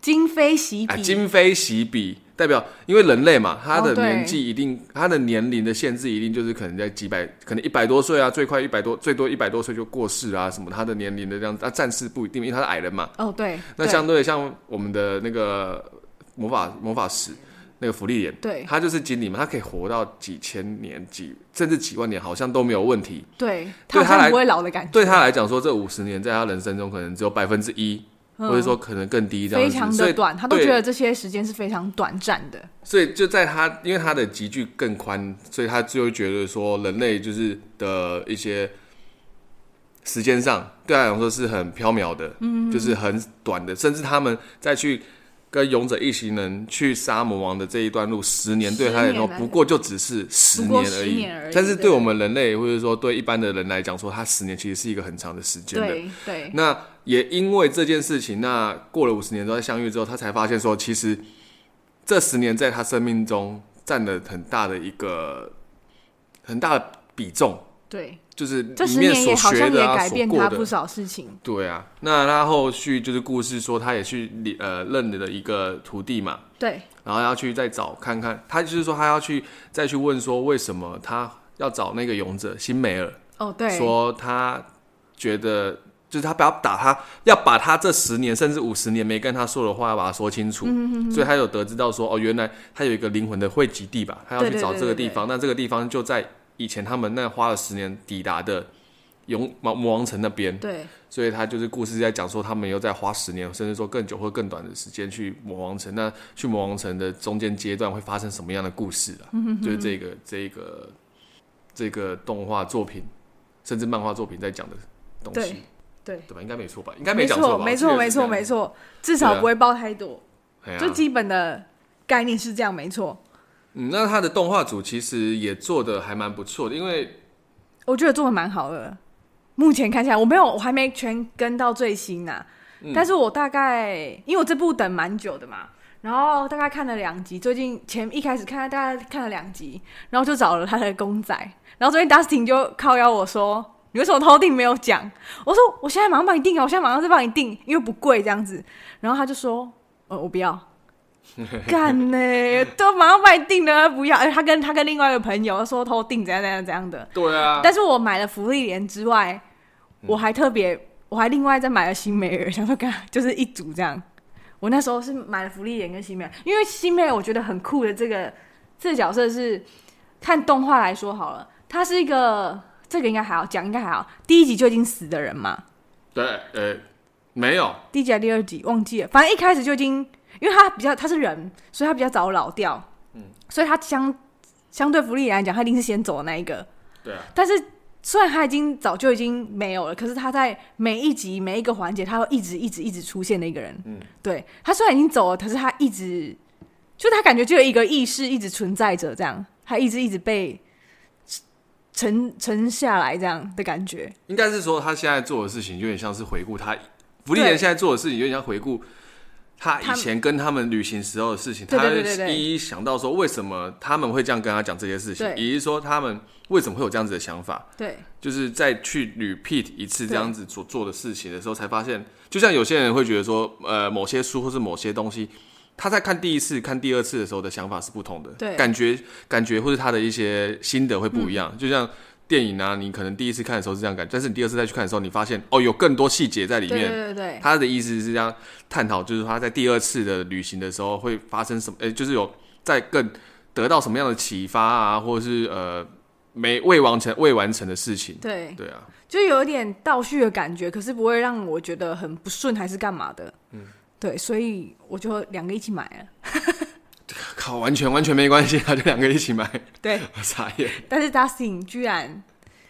A: 今非昔
B: 啊，
A: 比，
B: 今非昔比，代表因为人类嘛，他
A: 哦
B: 的
A: 对
B: 年纪一定，他的年龄的限制一定就是可能在几百，可能一百多岁啊，最快一百多，最多一百多岁就过世啊，什么他的年龄的这样子，啊，战士不一定，因为他是矮人嘛。
A: 哦，对，
B: 那
A: 对
B: 相对像我们的那个魔法魔法使那个福利眼，
A: 对
B: 他就是精灵嘛，他可以活到几千年、几甚至几万年，好像都没有问题。
A: 对，
B: 对
A: 他
B: 他
A: 好
B: 来
A: 像不会老的感觉，
B: 对他来讲说，这五十年在他人生中可能只有百分之一，
A: 嗯
B: 或者说可能更低这样
A: 非
B: 子，
A: 常
B: 所
A: 的
B: 以
A: 短，他都
B: 对
A: 觉得这些时间是非常短暂的，
B: 所以就在他，因为他的集距更宽，所以他就会觉得说，人类就是的一些时间上，对他来说是很缥缈的，嗯，就是很短的。甚至他们再去跟勇者一行人去杀魔王的这一段路，十年对他来
A: 十
B: 说
A: 年来
B: 不过就只是十
A: 不过
B: 年而
A: 十
B: 已。
A: 年而已
B: 但是对
A: 对
B: 我们人类，或者说对一般的人来讲说，他十年其实是一个很长的时间的。
A: 对对，
B: 那也因为这件事情，那过了五十年之后再相遇之后，他才发现说，其实这十年在他生命中占了很大的一个很大的比重，
A: 对，
B: 就是
A: 这
B: 里
A: 十
B: 面
A: 年也
B: 所
A: 好
B: 学
A: 像也
B: 的啊，
A: 改
B: 所
A: 变
B: 过
A: 他
B: 的
A: 不少事情，
B: 对啊，那他后续就是故事说，他也去理呃认了一个徒弟嘛，
A: 对
B: 然后要去再找看看，他就是说他要去再去问说为什么他要找那个勇者辛梅尔，
A: 哦对，
B: 说他觉得就是他不要打他，要把他这十年甚至五十年没跟他说的话，要把它说清楚。
A: 嗯
B: 所以他有得知到说，哦，原来他有一个灵魂的汇集地吧，他要
A: 对
B: 去
A: 对
B: 找
A: 对
B: 这个
A: 对
B: 地
A: 对
B: 方。那这个地方就在以前他们那花了十年抵达的勇魔魔王城那边。
A: 对
B: 所以他就是故事在讲说，他们又在花十年，甚至说更久或更短的时间去魔王城。那去魔王城的中间阶段会发生什么样的 故事啊？就是这个这个这个动画作品，甚至漫画作品在讲的东
A: 对
B: 西，
A: 对。
B: 对吧？应该没错吧？应该
A: 没
B: 讲错
A: 错，
B: 吧？
A: 没
B: 我
A: 错，
B: 记得
A: 没
B: 是哎
A: 错，没错，至
B: 啊
A: 少不会爆太多，
B: 这样。
A: 就
B: 就
A: 基本的概念是这样，没错。
B: 嗯，那他的动画组其实也做的还蛮不错的，因为
A: 我觉得做的蛮好的。目前看起来，我没有，我还没全跟到最新呐、但是我大概，因为我这部等蛮久的嘛，然后大概看了两集。最近前一开始看，大概看了两集，然后就找了他的公仔。然后昨天 Dustin 就靠邀我说：“你为什么偷订没有讲？”我说：“我现在马上帮你订啊，我现在马上就帮你订，因为不贵这样子。”然后他就说：“呃，我不要。”干呢、都马上帮你订了，不要。哎，他跟他跟另外一个朋友说偷订怎样怎样怎样的，
B: 对啊，
A: 但是我买了福利莲之外，我还特别，我还另外再买了新美尔，想说干就是一组这样。我那时候是买了福利莲跟新美尔，因为新美尔我觉得很酷的这个这个角色是看动画来说好了，他是一个这个应该还好讲，应该还好，第一集就已经死的人嘛，
B: 对，呃，没有，
A: 第一集还是第二集忘记了，反正一开始就已经，因为他比较他是人，所以他比较早老掉，嗯，所以他相相对福利莲来讲，他一定是先走的那一个，
B: 对啊，
A: 但是虽然他已经早就已经没有了，可是他在每一集每一个环节，他都一直一直一直出现的一个人。嗯，对他虽然已经走了，可是他一直就他感觉就有一个意识一直存在着，这样他一直一直被沉沉下来这样的感觉。
B: 应该是说他现在做的事情有点像是回顾他福利人
A: 对
B: 现在做的事情，有点像回顾他以
A: 他
B: 前跟他们旅行时候的事情。
A: 对
B: 他
A: 对对对对
B: 一一想到说为什么他们会这样跟他讲这些事情，
A: 对
B: 以及说他们为什么会有这样子的想法，
A: 对
B: 就是再去 repeat 一次这样子所做的事情的时候，才发现，就像有些人会觉得说，呃，某些书或是某些东西。他在看第一次、看第二次的时候的想法是不同的，
A: 对
B: 感觉感觉或是他的一些心得会不一样。
A: 嗯
B: 就像电影啊，你可能第一次看的时候是这样感觉，但是你第二次再去看的时候，你发现哦，有更多细节在里
A: 对对
B: 面，
A: 对对，
B: 他的意思是这样探讨，就是他在第二次的旅行的时候会发生什么，呃，就是有在更得到什么样的启发啊，或者是呃没未完成未完成的事情。
A: 对
B: 对啊，
A: 就有一点倒叙的感觉，可是不会让我觉得很不顺还是干嘛的。嗯，对，所以我就两个一起买了。
B: 靠，完全完全没关系啊，就两个一起买，
A: 对，
B: 我傻眼，
A: 但是 Dustin 居然，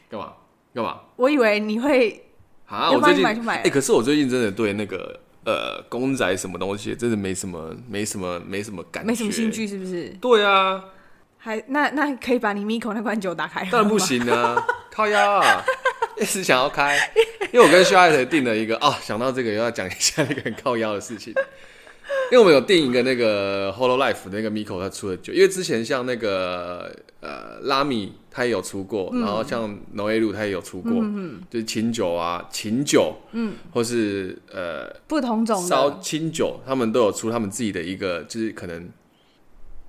B: 干嘛干嘛
A: 我以为你会
B: 啊？
A: 要
B: 我
A: 不然你
B: 最近
A: 买就买
B: 哎、
A: 了
B: 可是我最近真的对那个呃公仔什么东西真的没什么没什么没什么感觉，
A: 没什么兴。趣，是不是？
B: 对啊，
A: 还那那可以把你 Miko 那罐酒打开？
B: 当然不。行啊， 靠腰啊，一直想要开，因为我跟肖爱特定了一个哦，想到这个又要讲一下那个很靠腰的事情，因为我们有定一个那个 Holo Life 那个 Miko 他出的酒，因为之前像那个呃拉米他也有出过，
A: 嗯
B: 然后像 n o e l 他也有出过，就是琴酒啊琴酒，嗯，或是呃
A: 不同种
B: 烧
A: 的，
B: 清酒，他们都有出他们自己的一个，就是可能，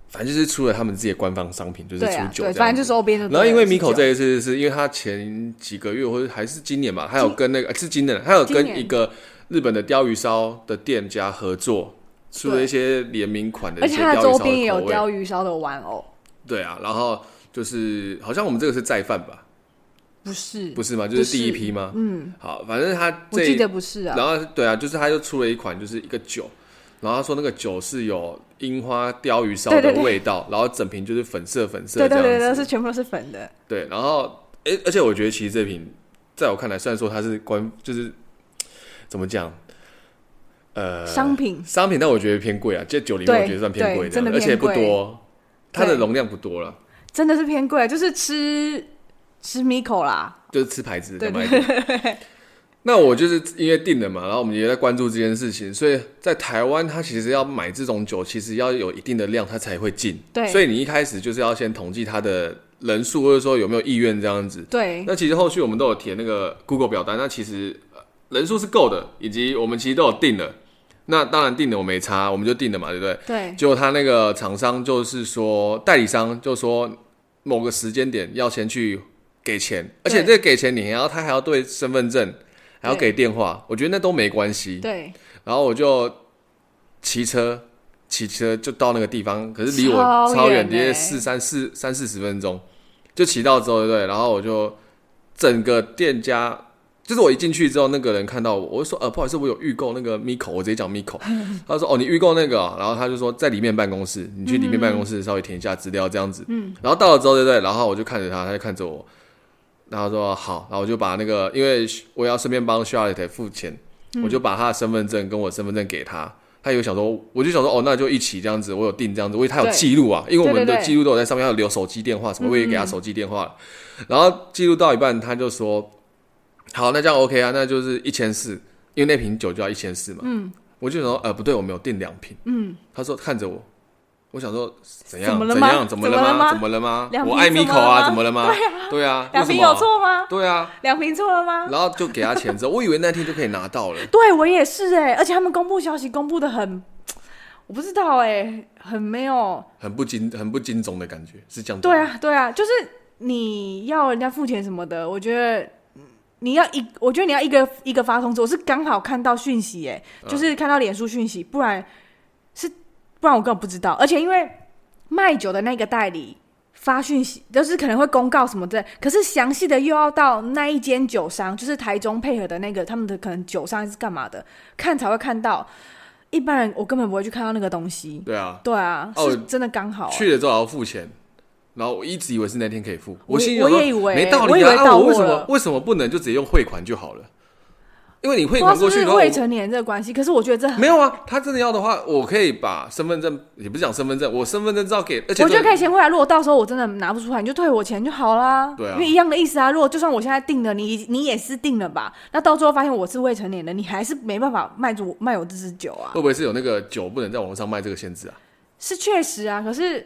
B: 反正就是出了他们自己的官方商品，就是
A: 对
B: 出
A: 啊，
B: 酒、
A: 对，反正就周边就对了。
B: 然后因为米
A: 是
B: 口
A: 酒
B: 这一次是因为他前几个月或者还是今年吧，他有跟那个呃是今年，他有
A: 今
B: 跟
A: 年
B: 一个日本的鲷鱼烧的店家合作，出了一些联名款的
A: 而
B: 一些
A: 且
B: 鲷
A: 它
B: 鱼
A: 的
B: 烧的
A: 周
B: 口
A: 边也有
B: 味。
A: 鲷鱼烧的玩偶，
B: 对啊，然后就是好像我们这个是再贩吧，
A: 不是？
B: 不
A: 是，
B: 是吗？
A: 不
B: 就是
A: 是
B: 第一批吗？嗯，好，反正他
A: 我
B: 这
A: 记得不是啊。
B: 然后对啊，就是他就出了一款，就是一个酒，然后他说那个酒是有樱花鲷鱼烧的
A: 对对对
B: 味道，然后整瓶就是粉色粉色
A: 对
B: 这
A: 对
B: 样子。
A: 对对，是全部都是粉的。
B: 对然后诶，而且我觉得其实这瓶在我看来，虽然说它是官，就是怎么讲，呃，
A: 商品
B: 商品，但我觉得偏贵啊，这酒里面
A: 对
B: 我觉得算偏贵
A: 对真的
B: 而且
A: 偏
B: 不
A: 贵
B: 多，它的
A: 对
B: 容量不多了。
A: 真的是偏贵，啊就是吃吃 Miko 啦，
B: 就是吃牌子的
A: 对
B: 卖点。那我就是因为定了嘛，然后我们也在关注这件事情，所以在台湾，它其实要买这种酒，其实要有一定的量，它才会进。
A: 对
B: 所以你一开始就是要先统计它的人数，或者说有没有意愿这样子。
A: 对
B: 那其实后续我们都有填那个 Google 表单，那其实呃人数是够的，以及我们其实都有定了。那当然定了我没差，我们就定了嘛，对不对？
A: 对
B: 结果他那个厂商就是说，代理商就说某个时间点要先去给钱，而
A: 对
B: 且这个给钱你还要他还要对身份证，还要给电话，我觉得那都没关系。
A: 对，
B: 然后我就骑车，骑车就到那个地方，可是离我
A: 超
B: 超
A: 远
B: 远，约
A: 欸
B: 四三四三四十分钟，就骑到之后，对不对？然后我就整个店家，就是我一进去之后，那个人看到我，我就说呃，不好意思，我有预购那个 Miko，我直接讲 Miko，他说哦，你预购那个啊、然后他就说在里面办公室，你去里面办公
A: 嗯
B: 室稍微填一下资料这样子，嗯，然后到了之后，对不对？然后我就看着他，他就看着我。然后说好，然后我就把那个，因为我要顺便帮 Charlotte 付钱，我
A: 嗯
B: 就把他的身份证跟我身份证给他。他有想说，我就想说，哦，那就一起这样子，我有订这样子，因为他有
A: 对
B: 记录啊，因为我们
A: 对
B: 的
A: 对对嗯
B: 记录都有在上面，还有留手机电话什么，我也给他手机电话了。然后记录到一半，他就说，好，那这样 OK 啊，那就是一千四，因为那瓶酒就要一千四嘛。嗯，我就想说，呃，不对，我没有订两瓶。嗯，他说看着我，我想说怎样
A: 怎么了
B: 怎
A: 吗
B: 样怎么了
A: 怎么了吗
B: 怎么了吗？
A: 两瓶
B: 我爱米口啊，怎
A: 怎
B: 么
A: 么
B: 了
A: 了
B: 吗
A: 吗？
B: 对啊，
A: 两
B: 为
A: 瓶
B: 什么
A: 有错吗？
B: 对啊，
A: 两瓶错了吗？
B: 然后就给他钱之后，我以为那天就可以拿到了。
A: 对我也是哎、而且他们公布消息公布的很，我不知道哎、很没有。
B: 很不精很不精忠的感觉，是这样。
A: 对，啊，对啊，就是你要人家付钱什么的，我觉得你要一，我觉得你要一个一个发通知。我是刚好看到讯息、欸，就是看到脸书讯息，不然是不然我根本不知道。而且因为卖酒的那个代理发讯息，就是可能会公告什么的，可是详细的又要到那一间酒商，就是台中配合的那个他们的可能酒商还是干嘛的，看才会看到。一般人我根本不会去看到那个东西。
B: 对啊，
A: 对啊，
B: 哦
A: 是真的刚好、欸
B: 去了之后还要付钱，然后我一直以为是那天可以付，
A: 我
B: 心里想说
A: 我也以为
B: 没道
A: 我
B: 理
A: 以
B: 啊，
A: 为
B: 啊
A: 到
B: 我为
A: 货
B: 什么
A: 了
B: 为什么不能就直接用汇款就好了？因为你汇
A: 不知道
B: 款
A: 是
B: 过
A: 不是
B: 去然后
A: 未
B: 我
A: 成年这个关系，可是我觉得这很，
B: 没有啊，他真的要的话，我可以把身份证，也不是讲身份证，我身份证照给，而且
A: 我觉得
B: 都
A: 可以先回来。如果到时候我真的拿不出来，你就退我钱就好啦。
B: 对啊
A: 因为一样的意思啊。如果就算我现在定了，你你也是定了吧？那到最后发现我是未成年的，你还是没办法卖主卖我这支酒啊。
B: 会不会是有那个酒不能在网络上卖这个限制啊？
A: 是确实啊，可是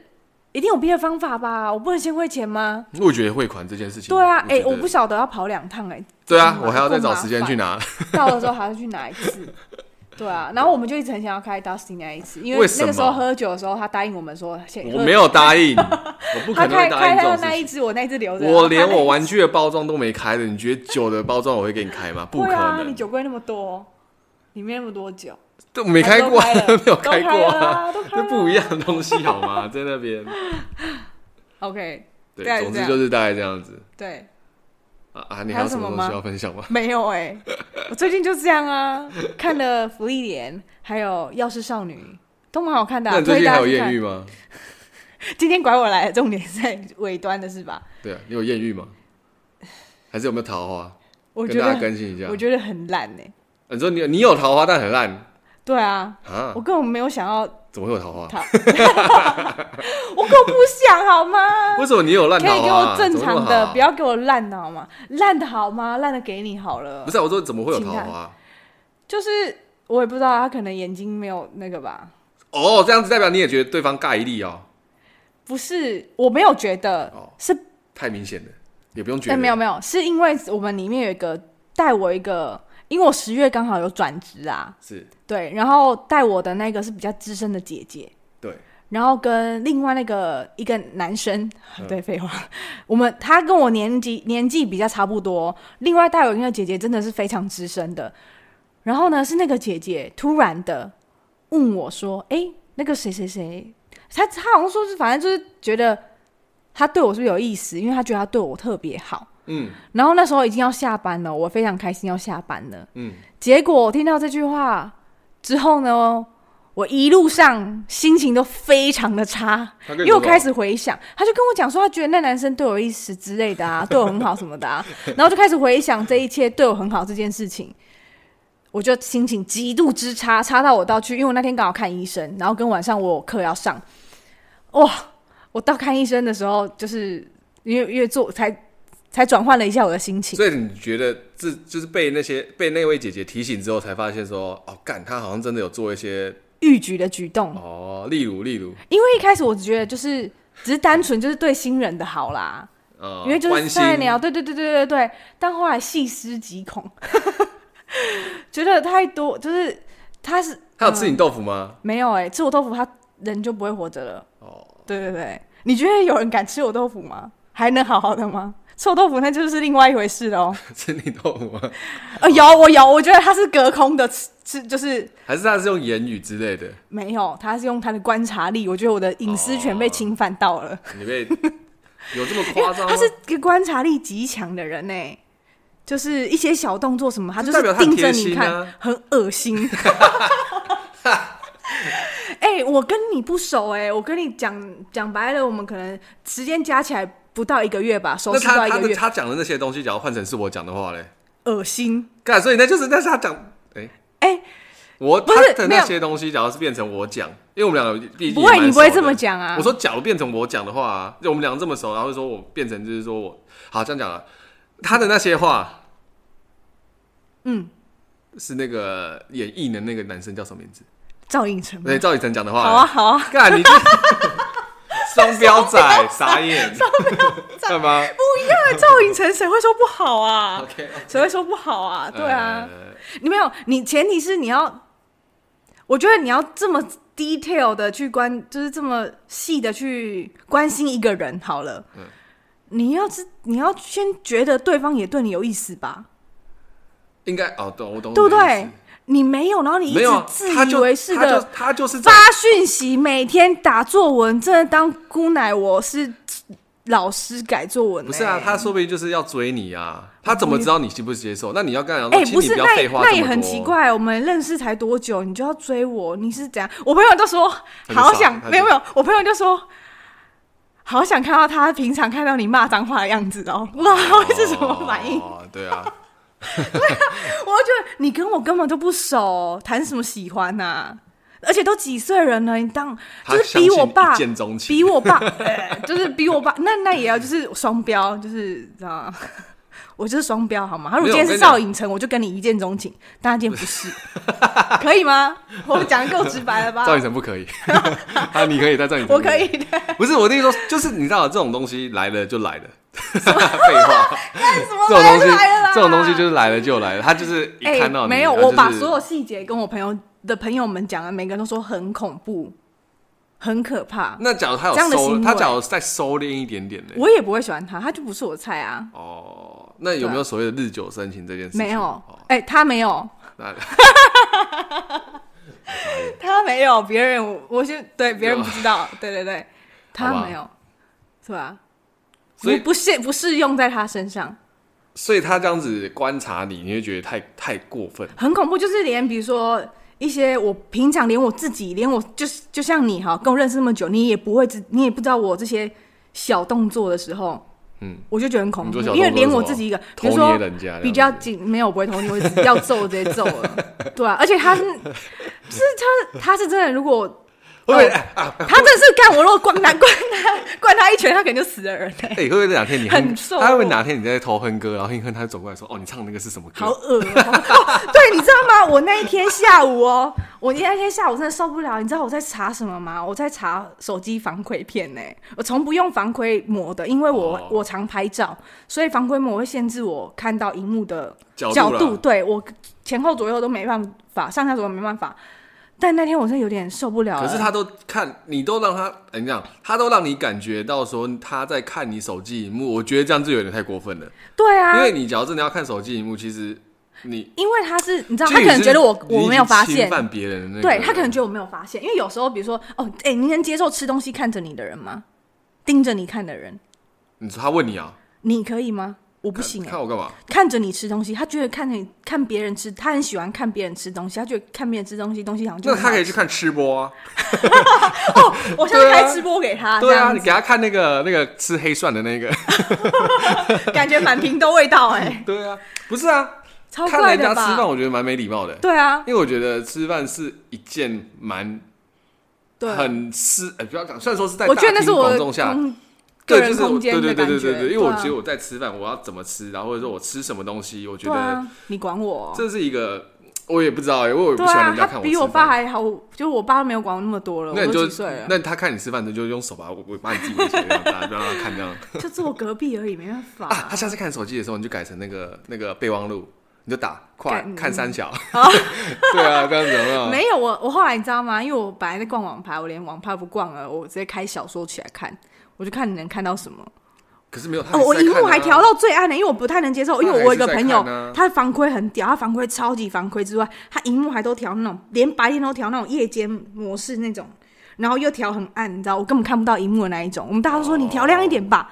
A: 一定有别的方法吧？我不能先汇钱吗？
B: 我觉得汇款这件事情，
A: 对啊，哎、
B: 嗯觉得
A: 我不晓得要跑两趟哎、
B: 对啊
A: 这，么
B: 我还要再找时间
A: 麻烦
B: 去拿，
A: 到的时候还要去拿一次。对啊，然后我们就一直很想要开 Dusty 那一次，因
B: 为
A: 为
B: 什
A: 那
B: 么
A: 个时候喝酒的时候，他答应我们说先喝
B: 我没，有答应，我不
A: 他
B: 可能
A: 开
B: 会答
A: 开
B: 应这
A: 他
B: 种
A: 的
B: 事
A: 那一啊
B: 情。
A: 支，我那一支留着。
B: 我连我
A: 玩
B: 玩具的包装都没开的，你觉得酒的包装我会给你开 吗？不可
A: 会啊，你
B: 能，
A: 酒柜那么多，里面那么多酒，
B: 都没开过啊，
A: 都开了
B: 没有开过啊，
A: 都开了啊
B: 这不一样的东西好吗？在那边，
A: OK，
B: 对
A: 大概，是
B: 总
A: 这
B: 之
A: 样
B: 就是大概这样子
A: 对，
B: 啊啊！你
A: 啊还
B: 还
A: 有什
B: 有什
A: 么
B: 么
A: 吗
B: 东西要分享吗？
A: 没有哎、 我最近就这样啊，看了《福利莲》，还有《药师少女》，都蛮好看的、啊。
B: 那你最
A: 推
B: 近
A: 大
B: 还
A: 家
B: 有
A: 去
B: 艳
A: 看
B: 遇吗？
A: 今天拐我来，重点在尾端的是吧？
B: 对啊，你有艳遇 吗？还是有没有桃花？
A: 我觉
B: 跟大家
A: 得
B: 更新一下
A: 我。觉得很烂哎、
B: 你说你你有桃花，但很烂
A: 对啊，
B: 啊
A: 我？根本没有想要
B: 怎么会有桃花？
A: 他，我根本不想好吗？
B: 为什么你有烂
A: 可以
B: 桃
A: 给
B: 花
A: 我
B: 啊？
A: 正常
B: 怎么那么
A: 的，
B: 好
A: 不要给我烂的好吗？烂的好吗？烂的给你好了
B: 不。是啊我说怎么会有桃
A: 请
B: 花啊？
A: 就是我也不知道，他可能眼睛没有那个吧？
B: 哦，这样子代表你也觉得对方尬一力哦，
A: 不是，我没有觉得、
B: 哦
A: 是，
B: 太明显了，也不用觉
A: 哎、
B: 得
A: 没有没有，是因为我们里面有一个带我一个，因为我十月刚好有转职啊，
B: 是
A: 对，然后带我的那个是比较资深的姐姐，
B: 对，
A: 然后跟另外那个一个男生，对，废话，我们他跟我年纪年纪比较差不多，另外带我一个姐姐真的是非常资深的。然后呢，是那个姐姐突然的问我说：“哎，那个谁谁谁，他他好像说是，反正就是觉得他对我是不是有意思，因为他觉得他对我特别好。”
B: 嗯
A: 然后那时候已经要下班了，我非常开心要下班了。
B: 嗯，
A: 结果我听到这句话之后呢，我一路上心情都非常的差，
B: 他跟
A: 因
B: 你
A: 为我
B: 说什么
A: 开始回想，他就跟我讲说，他觉得那男生对我有意思之类的啊，对我很好什么的 啊，然后就开始回想这一切对我很好这件事情。我就心情极度之差，差到我到去，因为我那天刚好看医生，然后跟晚上我有课要上，哇！我到看医生的时候，就是因为因为做才才转换了一下我的心情。
B: 所以你觉得这就是被那些被那位姐姐提醒之后，才发现说，哦，干，他好像真的有做一些
A: 欲举的举动，
B: 哦，例如例如，
A: 因为一开始我只觉得就是只是单纯就是对新人的好啦，
B: 呃，
A: 因为就是
B: 关心
A: 菜鸟，对对对对对对。但后来细思极恐， 觉得太多，就是他是
B: 他有吃你豆腐吗？
A: 没有哎、吃我豆腐他人就不会活着了。
B: 哦，
A: 对对对，你觉得有人敢吃我豆腐吗？还能好好的吗？吃我豆腐那就是另外一回事喽。
B: 吃你豆腐吗？
A: 呃，有我有，我觉得他是隔空的吃吃，就是
B: 还是他是用言语之类的？
A: 没有，他是用他的观察力，我觉得我的隐私权
B: 哦
A: 被侵犯到了。
B: 你被有这么夸张吗？
A: 他是一个观察力极强的人呢、欸就是一些小动作什么，他就
B: 代表
A: 是
B: 他很
A: 盯着
B: 贴
A: 你
B: 心
A: 看，
B: 啊
A: 很恶心。 哎、我跟你不熟哎、我跟你讲讲白了，我们可能时间加起来不到一个月吧，熟
B: 那
A: 识不到
B: 他
A: 一
B: 他
A: 个
B: 的
A: 月，
B: 他讲的那些东西，假如换成是我讲的话嘞，
A: 恶心。
B: 干，所以那就是那是他讲，哎、
A: 哎、
B: 我
A: 不是
B: 他的
A: 没
B: 那
A: 有
B: 些东西，假如是变成我讲，因为我们两个毕竟
A: 不会
B: 也蛮
A: 你不会
B: 熟的
A: 这么讲啊
B: 我说假如变成我讲的话、啊，就我们两个这么熟，然后说我变成就是说我好这样讲啊，他的那些话，
A: 嗯，
B: 是那个演艺的那个男生叫什么名字？
A: 赵映成吗，
B: 对，赵以晨讲的话。
A: 好啊，好啊，
B: 干 你这双标仔，傻眼，干嘛
A: 不一样啊！赵映成谁会说不好 啊？
B: ？OK，
A: 谁会说不好啊？对啊。
B: 呃
A: 你没有，你前提是你要，我觉得你要这么 detail 的去关，就是这么细的去关心一个人好了。
B: 嗯
A: 你要是你要先觉得对方也对你有意思吧，
B: 应该哦，懂我懂你的
A: 对不
B: 意
A: 对
B: 思？
A: 你没有，然后你一
B: 没
A: 直
B: 有啊，他
A: 自以
B: 就
A: 为是
B: 他就
A: 的
B: 他就是
A: 发
B: 在
A: 讯息，每天打作文，真的当姑奶我是老师改作文、欸。
B: 不是啊，他说不定就是要追你啊，他怎么知道你接不接受？那你要跟他讲说，
A: 哎、
B: 请
A: 不
B: 你
A: 是，
B: 要
A: 那
B: 废
A: 也
B: 话
A: 那
B: 这
A: 也
B: 么
A: 很
B: 多
A: 奇。怪。我们认识才多久，你就要追我？你是怎样？我朋友都说
B: 很
A: 好
B: 爽
A: 想
B: 他，就
A: 没有没有，我朋友就说好想看到他平常看到你骂脏话的样子哦， 不知道他会是什么反应。
B: 哦，对啊，
A: 我就觉得你跟我根本就不熟，谈什么喜欢呐、而且都几岁人了，你当
B: 他
A: 就是比我爸
B: 相信一见钟情
A: 比我爸，呃就是比我爸，那那也要就是双标，就是知道吗？我就是双标好吗？他如果今天是邵影城，我就跟你一见钟情，但他今天不是，可以吗？我讲的够直白了吧？
B: 赵以晨不可以， 啊，你可以，但赵以晨
A: 我可以的，
B: 不是我的意思说，就是你知道这种东西来了就来了， 废话，
A: 什么
B: 这种东西
A: 来了啦，
B: 这种东西就是来了就来了，他就是一
A: 哎，
B: 看到你，
A: 没有，
B: 他就是
A: 我把所有细节跟我朋友的朋友们讲了，每个人都说很恐怖，很可怕。
B: 那假如他有
A: 这样的行
B: 收，
A: 为
B: 他假如再收敛一点点呢？
A: 我也不会喜欢他，他就不是我菜啊。
B: 哦，那有没有所谓的日久生情这件事情？
A: 没有
B: 哦，
A: 哎、他没有，
B: 那
A: 他没有，别人我我先对别人
B: 有啊
A: 不知道， 对对对，
B: 好
A: 他
B: 吧
A: 没有，是吧？
B: 所以
A: 不不适不适用在他身上，
B: 所以他这样子观察你，你会觉得太太过分。
A: 很恐怖，就是连比如说。一些我平常连我自己，连我就是就像你哈，跟我认识那么久，你也不会知，你也不知道我这些小动作的时候，
B: 嗯，
A: 我就觉得很恐
B: 你
A: 怖，
B: 说小
A: 因为
B: 动作
A: 连
B: 是
A: 我
B: 什
A: 自
B: 么
A: 己一个，比
B: 偷
A: 如说
B: 捏人家这
A: 比
B: 样
A: 较
B: 子
A: 紧，没有不会偷捏，我只要揍直接揍 了，对啊，而且他是，就是他他是真的，如果
B: 会不会
A: 哦
B: 哎啊？
A: 他真的是干我，如果灌他灌他灌他一拳，他可能就死了人、欸，
B: 哎，会不会哪天你哼
A: 很瘦
B: 他会不会哪天你在偷哼歌，然后一哼他就走过来说：“哦，你唱那个是什么
A: 好
B: 歌
A: 恶、哦 对，你知道吗？我那一天下午哦，我那一天下午真的受不了，你知道我在查什么吗？我在查手机防窥片呢、我从不用防窥膜的，因为我、
B: 哦
A: 我常拍照，所以防窥膜会限制我看到荧幕的
B: 角度
A: 角
B: 啦
A: 度，对我前后左右都没办法，上下左右没办法。但那天我真的有点受不了？”了，
B: 可是他都看你，都让他哎你讲，他都让你感觉到说他在看你手机荧幕，我觉得这样就有点太过分了。
A: 对啊，
B: 因为你假如真的要看手机荧幕，其实你
A: 因为他是你知道，
B: 就
A: 他可
B: 已
A: 能
B: 经
A: 觉得我
B: 你已
A: 我
B: 经
A: 没有发现
B: 侵，犯别人的那个，
A: 对他可能觉得我没有发现，因为有时候比如说，哦，哎、你能接受吃东西看着你的人吗？盯着你看的人，
B: 你说他问你啊，
A: 你可以吗？我不行、
B: 看
A: 欸，
B: 我干嘛？
A: 看着你吃东西，他觉得看着你看别人吃，他很喜欢看别人吃东西，他觉得看别人吃东西，东西好像就
B: 那
A: 很
B: 他可
A: 好
B: 以去看吃播啊，
A: 吃我现在
B: 对啊
A: 开直播给他，
B: 对啊，
A: 这
B: 你
A: 样
B: 给他看那个那个吃黑蒜的那个，
A: 子感觉满屏都味道、哎，
B: 对啊，不是啊，
A: 超
B: 看
A: 怪
B: 人家
A: 的
B: 吃饭，
A: 吧？
B: 我觉得蛮没礼貌的，
A: 对啊，
B: 因为我觉得吃饭是一件蛮
A: 对，
B: 很私，呃，不要讲，虽然说是在
A: 我觉得
B: 大
A: 那
B: 庭
A: 是我
B: 广众下，
A: 空个
B: 对，就
A: 人
B: 是我
A: 空
B: 对
A: 间
B: 对
A: 的
B: 对
A: 感
B: 对对对，因为我
A: 对啊
B: 觉得我在吃饭，我要怎么吃，然后或者说我吃什么东西，我觉
A: 对
B: 得
A: 啊，你管我、
B: 这是一个我也不知道欸，因为我也不
A: 对
B: 喜欢
A: 啊
B: 人，家
A: 他
B: 看我
A: 比我
B: 吃
A: 爸
B: 饭。
A: 还好，我就我爸都没有管我那么多了，
B: 那
A: 我
B: 你
A: 都
B: 就
A: 几岁了，
B: 那他看你吃饭，你就用手把我我把你自己围起来，让大家让他看这样。
A: 就坐我隔壁而已，没办法。
B: 啊，他下次看手机的时候，你就改成那个那个备忘录，你就打快
A: 干
B: 看三小。 对啊，这样子有没有？
A: 嗯哦没有我，我后来你知道吗？因为我本来在逛网拍，我连网拍不逛了，我直接开小说起来看，我就看你能看到什么。
B: 可是没啊有，他
A: 哦，我
B: 一
A: 荧幕还调到最暗呢、因为我不太能接受。因
B: 那还
A: 为
B: 是
A: 我有一个朋友，
B: 在看啊
A: 他的防窥很屌，他防窥超级防窥之外，他荧幕还都调那种，连白天都调那种夜间模式那种，然后又调很暗，你知道，我根本看不到荧幕的那一种。我们大家都说
B: 哦
A: 你调亮一点吧，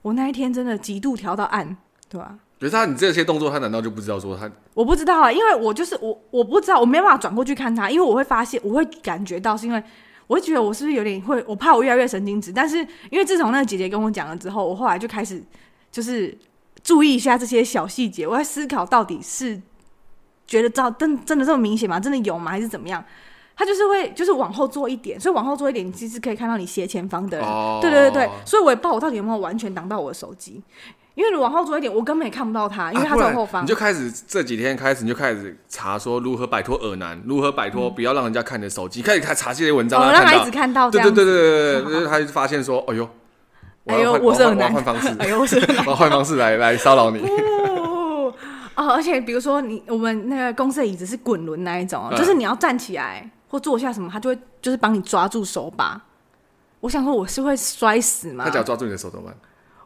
A: 我那一天真的极度调到暗，对吧、
B: 可是他你这些动作，他难道就不知道说他
A: 我不知道啊，因为我就是我，我不知道，我没办法转过去看他，因为我会发现，我会感觉到，是因为我会觉得我是不是有点会，我怕我越来越神经质。但是因为自从那个姐姐跟我讲了之后，我后来就开始就是注意一下这些小细节，我在思考到底是觉得照真真的这么明显吗？真的有吗？还是怎么样？他就是会，就是往后做一点，所以往后做一点，你其实可以看到你斜前方的人。
B: 哦
A: 对对对对，所以我也不知道我到底有没有完全挡到我的手机，因为你往后做一点，我根本也看不到他，因为
B: 啊
A: 他
B: 不
A: 在我
B: 然
A: 后方。
B: 你就开始这几天开始，你就开始查说如何摆脱耳难，如何摆脱不要让人家看你的手机，开始开查这些文章，
A: 哦，
B: 让
A: 让他
B: 他看
A: 一
B: 到
A: 直看到这
B: 对
A: 样
B: 对
A: 子。
B: 对对对对，
A: 好
B: 就是他就发现说，哎呦，
A: 哎呦
B: 要换
A: 我是
B: 要
A: 很
B: 换
A: 难
B: 我要换方式，
A: 哎呦，我是
B: 我要换方式来来骚扰你。
A: 哦，而且比如说你我们那个公司的椅子是滚轮那一种哦，
B: 嗯
A: 就是你要站起来或坐下什么，他就会就是帮你抓住手把。我想说我是会摔死吗
B: 他？只要抓住你的手怎么办？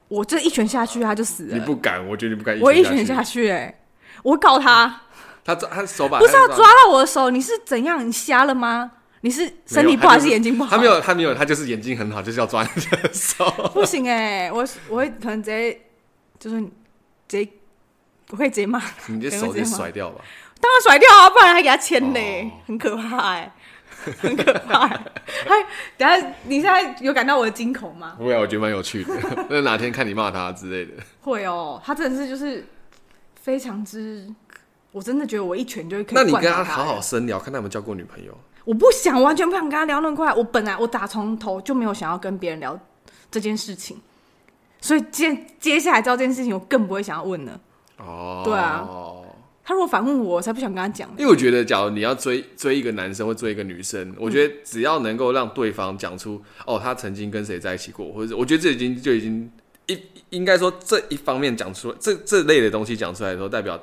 A: 我这一拳下去他就死
B: 你
A: 了，欸
B: 不敢，我觉得你不敢。
A: 我一拳
B: 拳
A: 下
B: 去，
A: 去哎、我搞他，
B: 他抓他手把
A: 不是
B: 他
A: 要
B: 就
A: 抓到我的手，你是怎样？你瞎了吗？你是身体不好还是眼睛不好？
B: 他没有，他没有，他就是眼睛很好，就是要抓你的手。
A: 不行哎、我我会可能直接就是直接我会直接骂，
B: 你的手就甩掉吧。
A: 当然甩掉啊，不然还给他签嘞，
B: 哦
A: 很可怕哎、很可怕。哎，等一下你现在有感到我的惊恐吗？
B: 不然我觉得蛮有趣的。那哪天看你骂他之类的，
A: 会哦，他真的是就是非常之，我真的觉得我一拳就会可以
B: 那你
A: 灌
B: 跟
A: 倒
B: 他
A: 他
B: 好好
A: 了，
B: 深聊，看他有没有交过女朋友。
A: 我不想，完全不想跟他聊那么快。我本来我打从头就没有想要跟别人聊这件事情，所以接接下来知道这件事情，我更不会想要问了。
B: 哦，
A: 对啊。他如果反问我，我才不想跟他讲呢。
B: 因为我觉得，假如你要追追一个男生或追一个女生，我觉得只要能够让对方讲出哦，他曾经跟谁在一起过，或者是我觉得这已经就已经一应该说这一方面讲出这这类的东西讲出来的时候，代表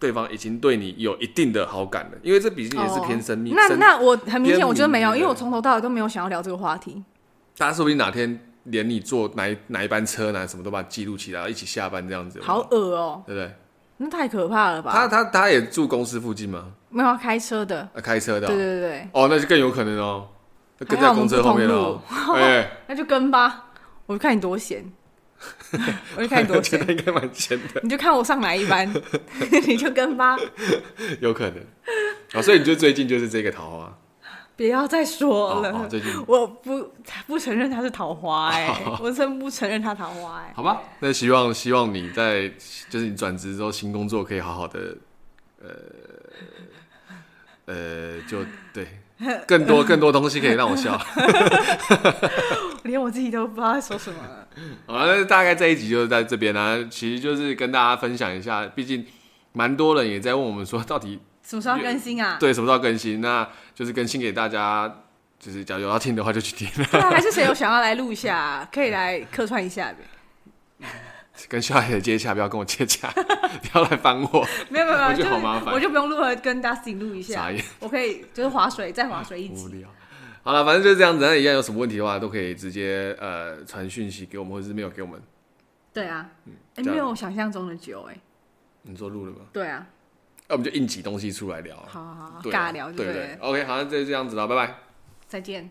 B: 对方已经对你有一定的好感了，因为这毕竟也是偏生命。
A: 哦那
B: 生
A: 那我很明显，我觉得没有，
B: 偏
A: 因为我
B: 民
A: 从头到尾都没有想要聊这个话题。
B: 大家说不定哪天连你坐哪一哪一班车啊哪什么都把它记录起来，一起下班这样子，有没有
A: 好恶哦、
B: 对不对？
A: 那太可怕了吧？
B: 他他他也住公司附近吗？
A: 没有要开车的，
B: 啊开车的哦、
A: 对对对，
B: 哦，那就更有可能哦，那跟
A: 还
B: 在
A: 好我
B: 公
A: 们
B: 车后面了哦。 哎、
A: 那就跟吧，我就看你多 闲，我就看你
B: 我
A: 多
B: 觉
A: 闲，
B: 得应该蛮闲的，
A: 你就看我上哪一 班，你就跟吧，
B: 有可能。哦，所以你就最近就是这个桃花
A: 不要再说了。
B: 哦哦最近
A: 我不不承认他是桃花哎、
B: 哦
A: 我真不承认他桃花哎、
B: 好吧？那希望希望你在就是你转职之后新工作可以好好的，呃呃，就对，更多更多东西可以让 我笑。
A: 连我自己都不知道在说什么了。
B: 好啊，那大概这一集就是在这边啦、其实就是跟大家分享一下，毕竟蛮多人也在问我们说，到底
A: 什么时候要更新啊？
B: 对什么时候更新？那就是更新给大家，就是假如有要听的话就去听，
A: 对啊，还是谁有想要来录一下、可以来客串一下呗。
B: 跟小海的接洽，不要跟我接洽， 不要来 烦我。
A: 没有没有没有，
B: 我觉得
A: 就是
B: 好麻烦
A: 我就不用录了，跟 Dustin 录一下
B: 傻眼，
A: 我可以就是划水再划水一集
B: 无。聊。好了，反正就是这样子。那一样有什么问题的话，都可以直接呃传讯息给我们，或者是没有给我们。
A: 对啊，哎、
B: 嗯这样
A: 没有我想象中的久哎、
B: 你说录了吗？
A: 对啊，
B: 那、我们就硬挤东西出来聊啊。
A: 好好好，
B: 对啊
A: 尬聊就
B: 对
A: 对
B: 不
A: 了
B: 对？OK，好，那就这样子了，拜拜。
A: 再见。